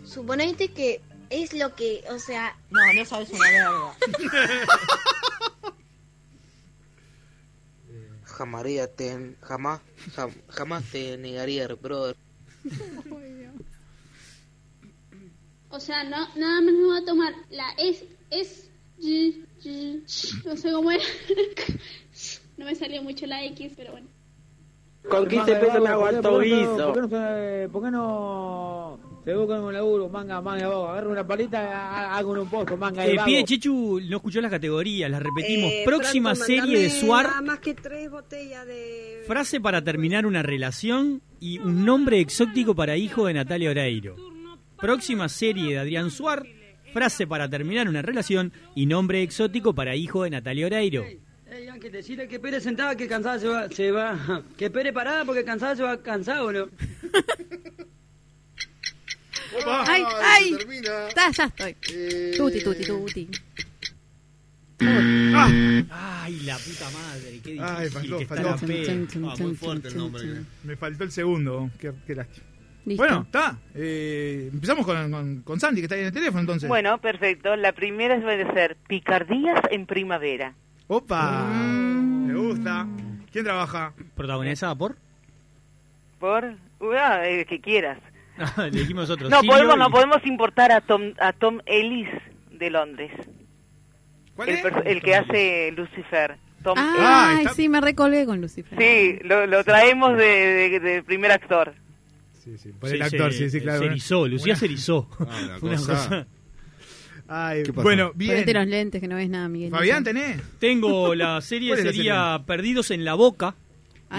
Speaker 2: Suponete que es lo que, o sea...
Speaker 14: No, no sabes una verga.
Speaker 27: Jamaría te, jamás, jam- jamás te negaría, brother.
Speaker 28: O sea, no, nada más me va a tomar la es, es, y, y, no sé cómo era. No me salió mucho la X, pero bueno.
Speaker 14: Con 15 pesos me hago alto guiso.
Speaker 29: ¿Por qué no, se- por qué no se buscan un laburo? Manga, manga, vago. Agarra una palita, ha- hagan un pozo, manga y
Speaker 8: El
Speaker 29: vago.
Speaker 8: pibe Eh, Chechu no escuchó las categorías, las repetimos.
Speaker 9: Eh,
Speaker 8: Próxima
Speaker 9: Franco,
Speaker 8: serie de
Speaker 9: mandame
Speaker 8: Suar,
Speaker 9: Nada más que tres botellas de.
Speaker 8: frase para terminar una relación y un nombre exótico para hijo de Natalia Oreiro. Próxima serie de Adrián Suar, frase para terminar una relación y nombre exótico para hijo de Natalia Oreiro.
Speaker 30: Ey, Ángel, decirle que Pérez sentada que cansada se va, se va. Que Pérez parada porque cansada se va cansado, boludo.
Speaker 17: ¡Ay, ay! Ya, ya estoy.
Speaker 7: Eh,
Speaker 17: Tuti, tuti, tuti.
Speaker 8: ¡Ay, la puta madre! ¡Qué difícil
Speaker 7: Ay, faltó,
Speaker 8: que está
Speaker 7: faltó.
Speaker 8: la P.
Speaker 7: Ah, muy fuerte el nombre. Me faltó el segundo, qué, qué lástima.
Speaker 17: Listo.
Speaker 7: Bueno, está. Eh, empezamos con, con, con Sandy, que está ahí en el teléfono entonces.
Speaker 12: Bueno, perfecto. La primera debe ser picardías en primavera.
Speaker 7: Opa, Ah, me gusta. ¿Quién trabaja?
Speaker 8: ¿Protagonizada por?
Speaker 12: Por ah, el que quieras.
Speaker 8: Ah, Le dijimos nosotros.
Speaker 12: No
Speaker 8: Silo
Speaker 12: podemos,
Speaker 8: y-
Speaker 12: no podemos importar a Tom, a Tom Ellis de Londres. el, perso- el que hace Lucifer. Tom
Speaker 17: Ah,
Speaker 12: Ellis.
Speaker 17: sí, me recolgué con Lucifer.
Speaker 12: Sí, lo, lo traemos de, de- de primer actor.
Speaker 7: Por el actor, sí, sí, claro.
Speaker 8: Se erizó, Lucía se erizó.
Speaker 7: una
Speaker 8: Fue una
Speaker 7: cosa.
Speaker 8: cosa.
Speaker 7: Ay,
Speaker 8: ¿Qué pasó?
Speaker 7: bueno, bien.
Speaker 17: Ponete los lentes que no ves nada, Miguel.
Speaker 7: Fabián, tenés.
Speaker 8: Tengo la serie
Speaker 7: ¿Cuál es la
Speaker 8: sería Perdidos en la Boca.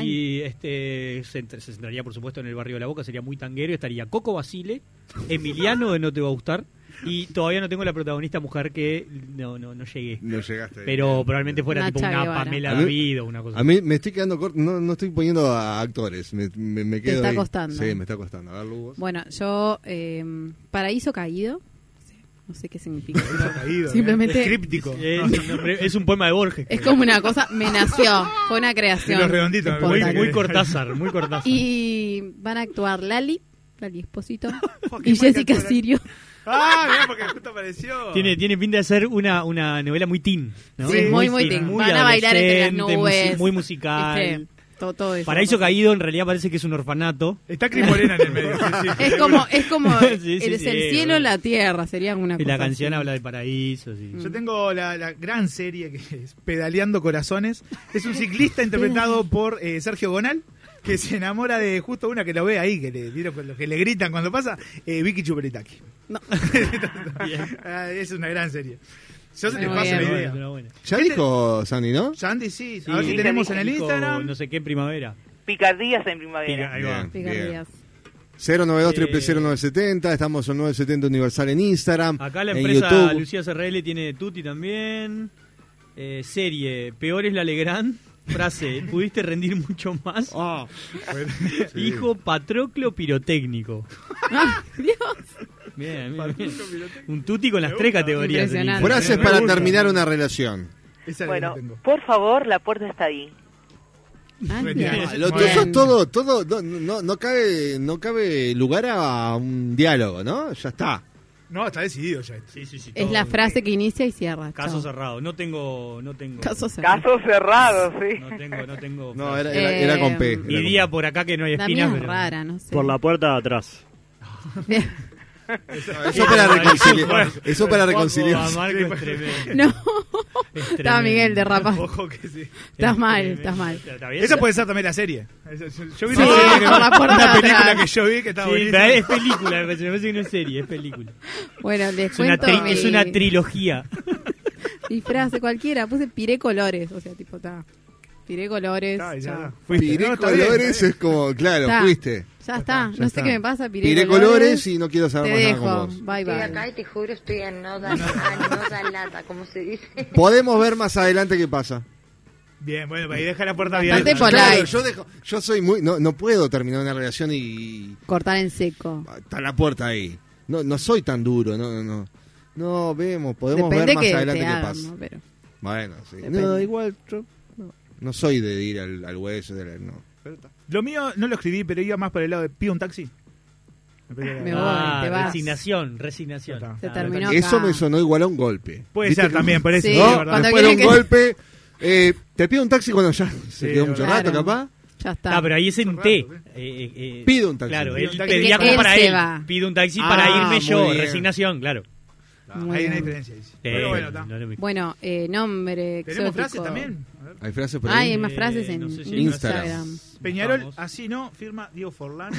Speaker 8: Y este se, entre- se centraría, por supuesto, en el barrio de la Boca. Sería muy tanguero. y Estaría Coco Basile, Emiliano de No Te Va a Gustar. Y todavía no tengo la protagonista mujer que no, no, no llegué.
Speaker 1: No llegaste.
Speaker 8: Pero probablemente fuera tipo una Pamela
Speaker 1: A mí-
Speaker 8: David o una cosa
Speaker 1: A mí me estoy quedando corto, no, no estoy poniendo a actores, me, me- me
Speaker 17: Te
Speaker 1: quedo
Speaker 17: está
Speaker 1: ahí.
Speaker 17: costando.
Speaker 1: Sí, me está costando. A ver, Lu, vos.
Speaker 17: Bueno, yo, eh, Paraíso Caído. No sé qué significa.
Speaker 7: Caído, ¿eh?
Speaker 17: Simplemente-
Speaker 7: Es críptico.
Speaker 8: Es, es un poema de Borges.
Speaker 17: Es como una cosa, me nació. Fue una creación.
Speaker 8: Muy,
Speaker 17: espontánea.
Speaker 8: muy Cortázar, muy Cortázar.
Speaker 17: Y van a actuar Lali, Lali Esposito, y Jessica Sirio.
Speaker 7: Ah, mirá, porque justo apareció.
Speaker 8: Tiene, tiene pinta de ser una, una novela muy teen. ¿no?
Speaker 17: Sí, muy, muy teen. Van a bailar entre las
Speaker 8: adolescente,
Speaker 17: nubes.
Speaker 8: musi- Muy musical.
Speaker 17: Este, todo, todo eso.
Speaker 8: Paraíso Caído en realidad parece que es un orfanato.
Speaker 7: Está Cris Morena en el medio.
Speaker 17: Es como, es como,
Speaker 8: Sí, sí,
Speaker 17: es
Speaker 8: sí,
Speaker 17: el
Speaker 8: sí.
Speaker 17: cielo, la tierra, sería una
Speaker 8: Y
Speaker 17: cosa.
Speaker 8: la canción
Speaker 17: así.
Speaker 8: habla de paraíso. sí.
Speaker 7: Yo tengo la, la gran serie que es Pedaleando Corazones. Es un ciclista interpretado por eh, Sergio Gonal, que se enamora de justo una que lo ve ahí, que le, vieron lo que le gritan cuando pasa, eh, Vicky Chuperitaki. Ah, es una gran serie. Yo se te
Speaker 8: Muy
Speaker 7: paso
Speaker 8: bien.
Speaker 7: la idea.
Speaker 8: Bueno, pero bueno.
Speaker 1: Ya dijo Sandy, ¿no?
Speaker 7: Sandy, sí.
Speaker 8: Sí,
Speaker 7: A ver si
Speaker 8: sí,
Speaker 7: tenemos
Speaker 8: sí,
Speaker 7: en el
Speaker 8: dijo
Speaker 7: Instagram.
Speaker 8: No sé qué primavera.
Speaker 12: Picardías en primavera.
Speaker 8: Pica- ahí va.
Speaker 1: Bien, bien. 092
Speaker 8: Eh,
Speaker 1: 0970 estamos en 970 Universal en Instagram,
Speaker 8: Acá la
Speaker 1: en
Speaker 8: empresa
Speaker 1: YouTube.
Speaker 8: Lucía CRL tiene Tuti también. Eh, serie, peor es la Legrand. Frase, pudiste rendir mucho más.
Speaker 1: Ah.
Speaker 8: Hijo Patroclo Pirotécnico.
Speaker 17: Ah,
Speaker 8: Bien, bien, bien. Un Tuti con las tres categorías.
Speaker 17: Impresionante.
Speaker 1: Frases para terminar una relación.
Speaker 12: Bueno, por favor, la puerta está ahí.
Speaker 1: Ah, Lo tuyo es todo, todo, no, no, no cabe, no cabe lugar a un diálogo, ¿no? Ya está.
Speaker 7: No, está decidido ya.
Speaker 8: Sí, sí, sí.
Speaker 17: Es la frase que inicia y cierra.
Speaker 8: Caso
Speaker 17: Chao.
Speaker 8: cerrado. No tengo, no tengo.
Speaker 17: Caso cerrado.
Speaker 12: Caso cerrado, sí.
Speaker 8: No tengo, no tengo.
Speaker 1: No,
Speaker 8: frase.
Speaker 1: era, era- era con P. era con-
Speaker 8: Iría por acá que no hay
Speaker 17: La
Speaker 8: espinas.
Speaker 17: mía es
Speaker 8: pero-
Speaker 17: rara, no sé.
Speaker 18: Por la puerta de atrás.
Speaker 1: Eso para reconciliar. Eso para reconciliar.
Speaker 8: Juanjo, a Marco
Speaker 7: pues.
Speaker 8: es tremendo.
Speaker 17: No.
Speaker 8: Es
Speaker 17: Está
Speaker 8: tremendo.
Speaker 17: Miguel derrapa.
Speaker 7: Ojo que sí.
Speaker 17: Estás mal, estás mal.
Speaker 7: Esa puede ser también la serie. Esa- Yo yo vi
Speaker 17: Sí,
Speaker 7: una, serie que-
Speaker 17: por la puerta
Speaker 7: una
Speaker 17: de
Speaker 7: película
Speaker 17: atrás.
Speaker 7: que yo vi que estaba
Speaker 8: Sí,
Speaker 7: buenísima.
Speaker 8: es película, me parece, me parece que no es serie, es película.
Speaker 17: Bueno, les
Speaker 8: Es una,
Speaker 17: cuento
Speaker 8: tri-
Speaker 17: mi,
Speaker 8: es una trilogía.
Speaker 17: mi frase cualquiera. Puse piré colores. O sea, tipo, está. Piré colores.
Speaker 7: Está, ya.
Speaker 17: chao.
Speaker 7: Fuiste.
Speaker 1: Piré
Speaker 7: No, está bien, ¿eh?
Speaker 1: colores
Speaker 8: eh.
Speaker 7: está bien.
Speaker 1: es como, claro,
Speaker 17: Está.
Speaker 1: fuiste.
Speaker 17: Ya está.
Speaker 1: Ah, Ya
Speaker 17: no
Speaker 1: está.
Speaker 17: sé qué me pasa. Piré,
Speaker 1: Piré colores y no quiero saber
Speaker 17: Te
Speaker 1: más nada
Speaker 17: dejo.
Speaker 1: con vos.
Speaker 17: Bye,
Speaker 9: Estoy
Speaker 17: bye.
Speaker 9: acá y te juro, estoy a no dar, a no dar lata, como se dice.
Speaker 1: Podemos ver más adelante qué pasa.
Speaker 7: Bien, bueno, pues ahí deja la puerta abierta.
Speaker 17: Bastante
Speaker 1: Yo-
Speaker 17: polite.
Speaker 1: yo dejo- yo soy muy, no, no puedo terminar una relación y
Speaker 17: Cortar en seco.
Speaker 1: está la puerta ahí. No, no soy tan duro, no, no, no. No, vemos, podemos
Speaker 17: Depende
Speaker 1: ver más
Speaker 17: que te
Speaker 1: adelante qué
Speaker 17: hagan,
Speaker 1: pasa.
Speaker 17: ¿no? Pero-
Speaker 1: Bueno, sí.
Speaker 17: Depende.
Speaker 1: No, igual, yo no, no soy de ir al, al hueso, de la- no.
Speaker 7: Lo mío no lo escribí, pero iba más por el lado de pido un taxi.
Speaker 17: Me voy,
Speaker 8: Ah,
Speaker 17: te vas.
Speaker 8: resignación, resignación.
Speaker 17: Se
Speaker 8: Ah,
Speaker 17: terminó
Speaker 1: Eso
Speaker 17: acá.
Speaker 1: me sonó igual a un golpe.
Speaker 7: Puede
Speaker 1: ¿Viste
Speaker 7: ser
Speaker 1: que-
Speaker 7: también, por eso,
Speaker 17: Sí,
Speaker 1: ¿No?
Speaker 17: cuando
Speaker 1: Después de un
Speaker 17: quiere que-
Speaker 1: golpe, eh, te pido un taxi cuando ya se quedó mucho
Speaker 17: Claro.
Speaker 1: rato, capaz.
Speaker 17: Ya está.
Speaker 8: Ah, pero ahí es en T. Eh, eh, eh,
Speaker 1: Pido un taxi.
Speaker 8: Claro,
Speaker 1: Pido
Speaker 8: él
Speaker 1: un taxi.
Speaker 8: pedía
Speaker 17: Que
Speaker 8: como
Speaker 17: él
Speaker 8: para
Speaker 17: se
Speaker 8: él.
Speaker 17: va.
Speaker 8: Pido un taxi
Speaker 17: Ah,
Speaker 8: para irme yo.
Speaker 1: muy bien.
Speaker 8: Resignación, claro.
Speaker 17: Muy
Speaker 7: hay una
Speaker 17: bien.
Speaker 7: diferencia. ahí.
Speaker 8: Eh,
Speaker 7: Pero bueno, está.
Speaker 8: no es lo mismo.
Speaker 17: Bueno, eh, nombre.
Speaker 7: ¿Tenemos
Speaker 17: exótico.
Speaker 7: frases también?
Speaker 1: Hay frases por ahí.
Speaker 17: Ay, hay
Speaker 8: Eh,
Speaker 17: más frases en
Speaker 1: Instagram.
Speaker 7: Peñarol, así no, firma Diego Forlán.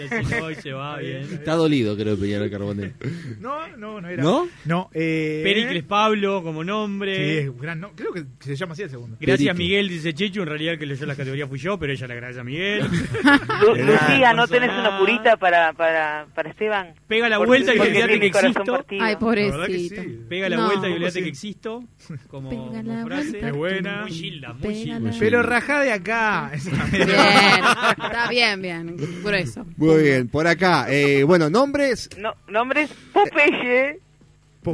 Speaker 8: hoy se va bien.
Speaker 1: Está dolido, creo, Peñarol Carbonell.
Speaker 7: No, no, no era.
Speaker 1: ¿No?
Speaker 7: No, eh.
Speaker 8: Pericles Pablo como
Speaker 7: Sí,
Speaker 8: nombre.
Speaker 7: es un gran no- creo que se llama así el segundo.
Speaker 8: Gracias Miguel, dice Chechu. En realidad el que leyó la categoría fui yo, pero ella le agradece a Miguel.
Speaker 12: Lu- Lucía, ¿no tenés una curita para, para, para Esteban?
Speaker 8: Pega la
Speaker 12: Porque-
Speaker 8: vuelta y
Speaker 12: porque
Speaker 8: olvidate
Speaker 12: tiene
Speaker 8: que
Speaker 12: el corazón
Speaker 8: existo.
Speaker 12: partido.
Speaker 17: Ay, pobrecito.
Speaker 8: Pega la
Speaker 17: No.
Speaker 8: vuelta
Speaker 7: pues
Speaker 8: y
Speaker 17: ¿Cómo
Speaker 8: olvidate
Speaker 17: sí?
Speaker 8: que existo. Como,
Speaker 17: Pega
Speaker 8: como
Speaker 17: la
Speaker 8: frase.
Speaker 17: vuelta Es buena.
Speaker 8: Muy Gilda, muy Gilda.
Speaker 7: Pero rajá de acá.
Speaker 17: Bien, está bien, bien, grueso.
Speaker 1: Muy bien, por acá. eh, bueno, nombres.
Speaker 12: No, nombres Popeye.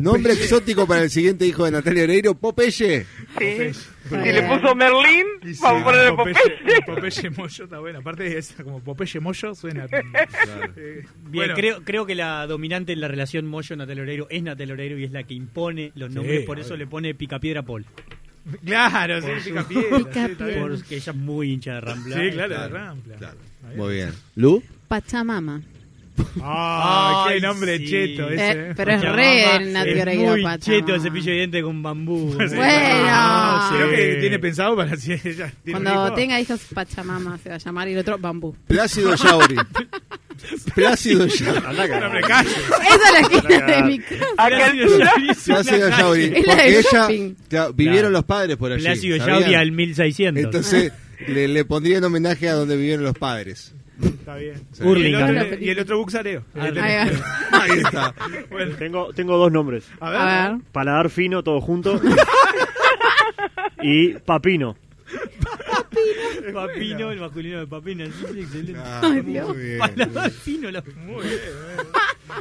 Speaker 1: Nombre exótico para el siguiente hijo de Natalia Oreiro, Popeye.
Speaker 12: Sí. Si le puso Merlín, vamos a ponerle Popeye.
Speaker 7: Popeye Moyo está bueno. Aparte de esa, como Popeye Moyo suena. Eh,
Speaker 8: Bien,
Speaker 7: bueno.
Speaker 8: creo, creo que la dominante en la relación Moyo-Natal Oreiro es Natal Oreiro y es la que impone los nombres, por eso
Speaker 7: obvio.
Speaker 8: le pone Picapiedra Paul.
Speaker 7: Claro, sí,
Speaker 8: Por su-
Speaker 7: Picapiedra, sí, está bien.
Speaker 8: Porque ella es muy hincha de Rampla.
Speaker 7: Sí, claro, de Rampla.
Speaker 1: Muy bien. ¿Lu?
Speaker 17: Pachamama.
Speaker 7: Ah,
Speaker 8: Ay,
Speaker 7: qué nombre
Speaker 8: sí.
Speaker 7: cheto ese.
Speaker 17: Eh, pero es re el Nati
Speaker 8: Es
Speaker 17: Oreiro,
Speaker 8: muy
Speaker 17: Pachamama.
Speaker 8: cheto el cepillo de diente con bambú.
Speaker 7: Sí. Creo que tiene pensado para si ella tiene un
Speaker 17: Cuando
Speaker 7: hijo.
Speaker 17: tenga hijos, Pachamama se va a llamar y el otro bambú.
Speaker 1: Plácido Yauri. Plácido
Speaker 7: Andá que no me
Speaker 1: Yauri.
Speaker 7: calles.
Speaker 17: Esa es la esquina de mi casa.
Speaker 1: Plácido Yauri.
Speaker 17: Es la
Speaker 1: Porque
Speaker 17: del
Speaker 1: ella.
Speaker 17: shopping.
Speaker 1: claro, vivieron los padres por allí.
Speaker 8: Plácido
Speaker 1: ¿sabían?
Speaker 8: Yauri al 1600.
Speaker 1: Entonces, le, le pondría en homenaje a donde vivieron los padres.
Speaker 7: Está bien.
Speaker 1: Sí.
Speaker 7: Y el
Speaker 8: Hurlingham.
Speaker 7: otro, y el otro buxareo.
Speaker 8: Ahí
Speaker 1: Ahí está.
Speaker 7: Bueno.
Speaker 18: Tengo, tengo dos nombres.
Speaker 7: A ver.
Speaker 17: A ver.
Speaker 18: Paladar fino, todo junto. y Papino.
Speaker 8: Papino, el masculino de Papino. Sí, sí, excelente.
Speaker 1: Ah,
Speaker 17: Ay,
Speaker 1: muy
Speaker 17: Dios.
Speaker 1: bien.
Speaker 8: Paladar fino, la-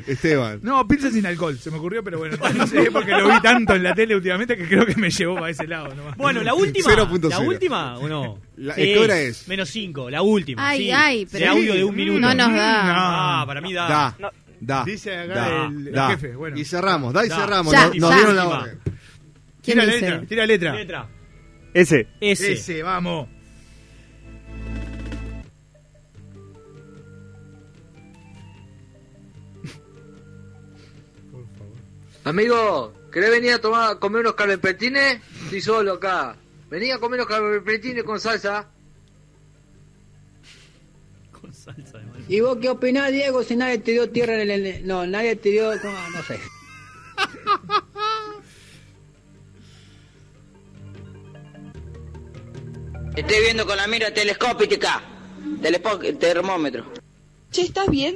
Speaker 1: Esteban.
Speaker 7: No, pizza sin alcohol, se me ocurrió, pero bueno, no sé, porque lo vi tanto en la tele últimamente que creo que me llevó para ese lado nomás.
Speaker 8: Bueno, la última.
Speaker 1: 0.0.
Speaker 8: ¿La última o no?
Speaker 1: La- ¿qué hora es?
Speaker 8: Menos 5, la última.
Speaker 17: Ay,
Speaker 8: sí.
Speaker 17: ay,
Speaker 8: De
Speaker 17: pero
Speaker 8: audio de un minuto.
Speaker 17: no nos da.
Speaker 8: Ah, para mí da.
Speaker 1: Da. Da.
Speaker 7: Dice acá
Speaker 1: da,
Speaker 7: el- el
Speaker 1: da.
Speaker 7: jefe, bueno.
Speaker 1: Y cerramos, da y
Speaker 8: Da.
Speaker 1: cerramos.
Speaker 17: Ya,
Speaker 1: nos nos
Speaker 17: ya.
Speaker 1: dieron la orden.
Speaker 17: ¿Quién
Speaker 7: Tira
Speaker 17: dice?
Speaker 7: letra, tira letra.
Speaker 8: Letra.
Speaker 18: Ese.
Speaker 8: S.
Speaker 7: Ese, vamos.
Speaker 16: Amigo, ¿querés venir a tomar, a comer unos calempetines? Estoy solo acá. Vení a comer unos calempetines con salsa.
Speaker 8: Con salsa de mal.
Speaker 30: ¿Y vos qué opinás, Diego, si nadie te dio tierra en el... No, nadie te dio... No, no sé.
Speaker 27: Estoy viendo con la mira telescópica. Telepo- termómetro.
Speaker 20: Che, ¿estás bien?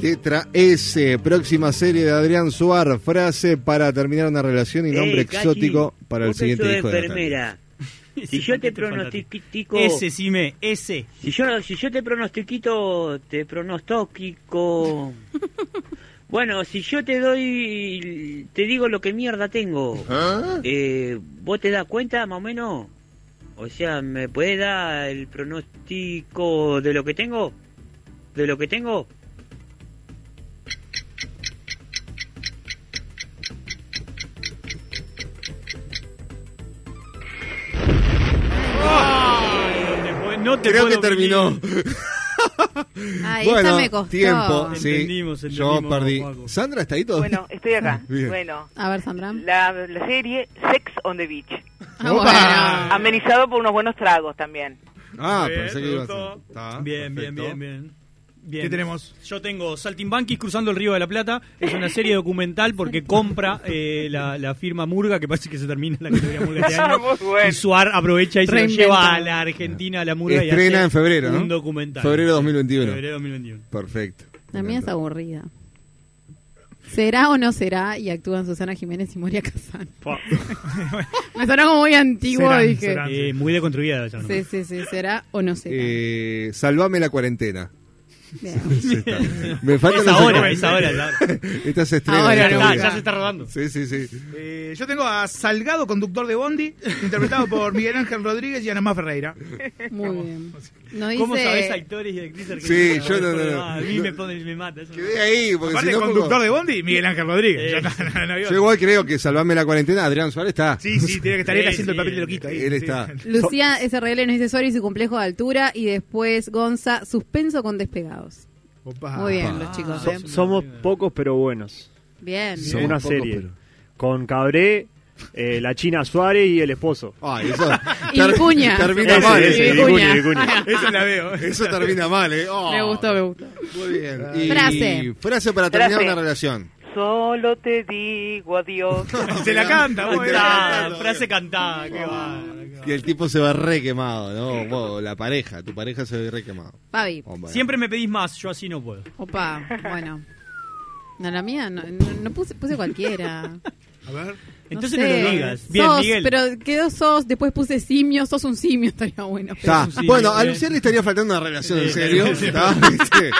Speaker 1: Letra S, próxima serie de Adrián Suar, frase para terminar una relación y nombre
Speaker 6: Eh, Cachi,
Speaker 1: exótico para el
Speaker 6: vos que
Speaker 1: siguiente
Speaker 6: sos
Speaker 1: hijo de Natalia.
Speaker 6: enfermera. Si yo te pronostico,
Speaker 8: S, sí, me. S.
Speaker 6: si yo si yo te pronostiquito, te pronostico. Bueno, si yo te doy, te digo lo que mierda tengo. Eh, ¿Vos te das cuenta más o menos? O sea, ¿me puedes dar el pronóstico de lo que tengo? ¿De lo que tengo?
Speaker 8: Después No te
Speaker 1: Creo que
Speaker 8: puedo
Speaker 1: terminó.
Speaker 8: venir.
Speaker 17: Ay,
Speaker 1: bueno,
Speaker 17: esta Ah, me costó.
Speaker 1: tiempo, sí.
Speaker 8: Entendimos,
Speaker 1: yo
Speaker 8: entendimos,
Speaker 1: perdí.
Speaker 8: Juaco.
Speaker 1: Sandra, ¿está ahí todo?
Speaker 12: Bueno, estoy acá.
Speaker 1: Bien.
Speaker 12: Bueno,
Speaker 17: A ver, Sandra.
Speaker 12: la, la serie Sex on the Beach.
Speaker 17: Ah,
Speaker 1: Opa.
Speaker 17: bueno.
Speaker 12: Amenizado por unos buenos tragos también.
Speaker 1: Ah,
Speaker 7: Bien,
Speaker 1: pensé que
Speaker 7: me
Speaker 1: iba a ser.
Speaker 7: gustó.
Speaker 1: Está,
Speaker 8: Bien, bien,
Speaker 1: perfecto.
Speaker 8: bien, bien. Bien.
Speaker 7: ¿Qué tenemos?
Speaker 8: Yo tengo Saltimbanquis cruzando el río de la Plata. Es una serie documental porque compra eh, la, la firma Murga, que parece que se termina la categoría Murga este año.
Speaker 12: Muy bueno.
Speaker 8: Y Suar aprovecha y se lo
Speaker 17: Reinventa.
Speaker 8: lleva a la Argentina, a la Murga. y
Speaker 1: Estrena
Speaker 8: hace
Speaker 1: en febrero, ¿no?
Speaker 8: Un documental.
Speaker 1: Febrero 2021.
Speaker 8: Febrero 2021.
Speaker 1: Perfecto.
Speaker 17: La mía es aburrida. ¿Será o no será? Y actúan Susana Jiménez y Moria Kazan. Me sonó como muy antiguo,
Speaker 7: Serán,
Speaker 17: dije.
Speaker 7: serán.
Speaker 8: Eh, muy deconstruida esa novela.
Speaker 17: Sí, sí, sí, será o no será.
Speaker 1: Eh, salvame la cuarentena.
Speaker 17: Bien.
Speaker 1: Sí, está. Me faltan
Speaker 8: Es
Speaker 1: los
Speaker 8: ahora,
Speaker 1: ecu-
Speaker 8: es ahora, es ahora.
Speaker 1: Esta se estrena.
Speaker 17: Ahora,
Speaker 1: esta
Speaker 17: ahora.
Speaker 8: Ah,
Speaker 1: hora.
Speaker 8: ya se está rodando.
Speaker 1: Sí, sí, sí.
Speaker 7: Eh, yo tengo a Salgado, conductor de Bondi, interpretado por Miguel Ángel Rodríguez y Ana Más Ferreira.
Speaker 17: Muy bien. No dice...
Speaker 8: ¿Cómo sabés actores y actrices
Speaker 1: Sí,
Speaker 8: argentinas?
Speaker 1: yo no, no, no.
Speaker 8: A mí me, pone, me mata. eso.
Speaker 1: Quedé ahí, porque
Speaker 7: Aparte,
Speaker 1: si no.
Speaker 7: conductor
Speaker 1: pongo-
Speaker 7: de Bondi, Miguel Ángel Rodríguez.
Speaker 8: Eh.
Speaker 7: Ya está, no hay
Speaker 1: Yo
Speaker 7: otro.
Speaker 1: igual creo que salvame la cuarentena, Adrián Suárez está.
Speaker 7: Sí, sí, tiene que estar él
Speaker 8: Sí,
Speaker 7: haciendo el
Speaker 8: sí,
Speaker 7: papel de loquito ahí.
Speaker 1: Él
Speaker 7: Sí.
Speaker 1: está.
Speaker 17: Lucía SRL nos dice sorry su complejo de altura y después Gonza suspenso con despegados.
Speaker 7: Opa.
Speaker 17: Muy bien, los chicos.
Speaker 18: So-
Speaker 17: ¿eh?
Speaker 18: Ah, somos
Speaker 8: Bien.
Speaker 18: pocos pero buenos.
Speaker 17: Bien.
Speaker 7: Sí.
Speaker 18: Una
Speaker 1: pocos,
Speaker 18: serie.
Speaker 1: pero-
Speaker 18: Con Cabré, eh, la China Suárez y el esposo.
Speaker 1: Ay, eso
Speaker 17: Y Vicuña.
Speaker 1: termina
Speaker 17: Ese,
Speaker 1: mal.
Speaker 17: ese,
Speaker 1: eh.
Speaker 17: Y Vicuña, Ah, Vicuña. Vicuña.
Speaker 7: Esa
Speaker 8: Ah.
Speaker 7: la veo.
Speaker 1: Eso termina mal, ¿eh? Oh.
Speaker 17: Me gustó, me gustó.
Speaker 1: Muy bien. Y
Speaker 17: Frase.
Speaker 1: Frase para terminar
Speaker 12: Frase.
Speaker 1: una relación.
Speaker 12: Solo te digo adiós.
Speaker 18: Se la canta, vos, Te la mirá. canta,
Speaker 8: Ah, frase cantada, qué va.
Speaker 1: Y el tipo se va re quemado, ¿no? Vos, la pareja, tu pareja se ve re quemado. Oh,
Speaker 17: Fabi.
Speaker 1: Hombre.
Speaker 8: Siempre me pedís más, yo así no puedo.
Speaker 17: Opa, bueno. No, la mía no, no, no puse, puse cualquiera.
Speaker 18: A ver.
Speaker 17: No
Speaker 8: Entonces
Speaker 17: sé.
Speaker 8: no lo digas. Bien,
Speaker 17: Sos,
Speaker 8: Miguel.
Speaker 17: Pero quedó sos, después puse simio, sos un simio, estaría bueno.
Speaker 1: Está.
Speaker 17: Pero-
Speaker 1: bueno, a Luciano le estaría faltando una relación, en
Speaker 8: ¿eh? Sí,
Speaker 1: serio.
Speaker 8: sí, sí.
Speaker 1: Está, este,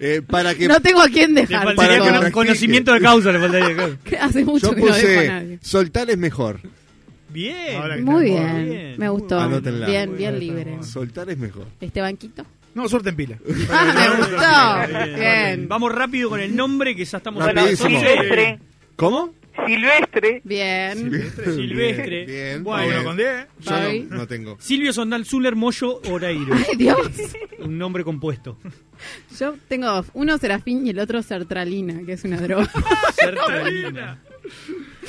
Speaker 1: eh, para que
Speaker 17: No tengo a quién
Speaker 8: Le
Speaker 17: dejar.
Speaker 8: faltaría
Speaker 1: Para-
Speaker 8: cono-
Speaker 1: para-
Speaker 8: conocimiento de causa, le faltaría. claro.
Speaker 17: Hace mucho
Speaker 1: yo
Speaker 17: que no dejo a
Speaker 1: puse
Speaker 17: nadie.
Speaker 1: soltar es mejor.
Speaker 8: Bien.
Speaker 17: Muy bien, me gustó.
Speaker 1: Anótenla.
Speaker 17: Bien, bien libre.
Speaker 1: Soltar es mejor.
Speaker 17: Este banquito.
Speaker 7: No, suerte en pila.
Speaker 17: Ah, me gustó.
Speaker 8: Bien.
Speaker 17: Bien.
Speaker 8: Vamos rápido con el nombre que ya estamos
Speaker 1: Bueno, Rapidísimo.
Speaker 12: Silvestre.
Speaker 1: ¿Cómo?
Speaker 12: Silvestre.
Speaker 17: Bien.
Speaker 8: Silvestre.
Speaker 1: Bien,
Speaker 8: Bueno,
Speaker 1: bien.
Speaker 8: con
Speaker 1: Yo no, no tengo.
Speaker 8: Silvio Sondal Zuller Moyo Oreiro.
Speaker 17: Ay, Dios.
Speaker 8: Un nombre compuesto.
Speaker 17: Yo tengo dos. Uno Serafín y el otro Sertralina, que es una droga.
Speaker 8: Sertralina.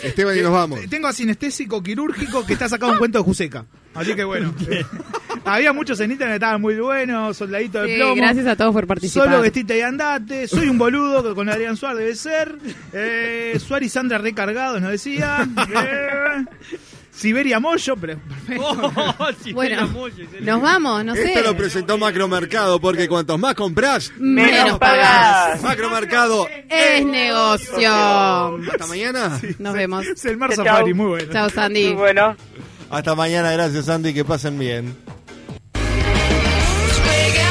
Speaker 1: Esteban, y nos vamos.
Speaker 7: Eh, Tengo a sinestésico quirúrgico que está sacado un cuento de Juseca. Así que bueno. Había muchos en internet que estaban muy buenos, soldadito de
Speaker 17: Sí,
Speaker 7: plomo.
Speaker 17: gracias a todos por participar.
Speaker 7: Solo vestite y andate. Soy un boludo que con Adrián Suárez debe ser. Eh, Suárez y Sandra recargados, nos decía. Eh, Siberia Moyo, pero perfecto.
Speaker 17: Bueno, nos vamos, no sé.
Speaker 1: Esto lo presentó Macromercado, porque cuantos más compras,
Speaker 17: Menos pagás.
Speaker 1: Macromercado.
Speaker 17: Es negocio.
Speaker 1: Hasta mañana.
Speaker 17: Nos vemos.
Speaker 7: Es el Mar Safari, muy bueno.
Speaker 17: Chao, Sandy.
Speaker 12: bueno.
Speaker 1: Hasta mañana, gracias Andy, que pasen bien.
Speaker 20: Juega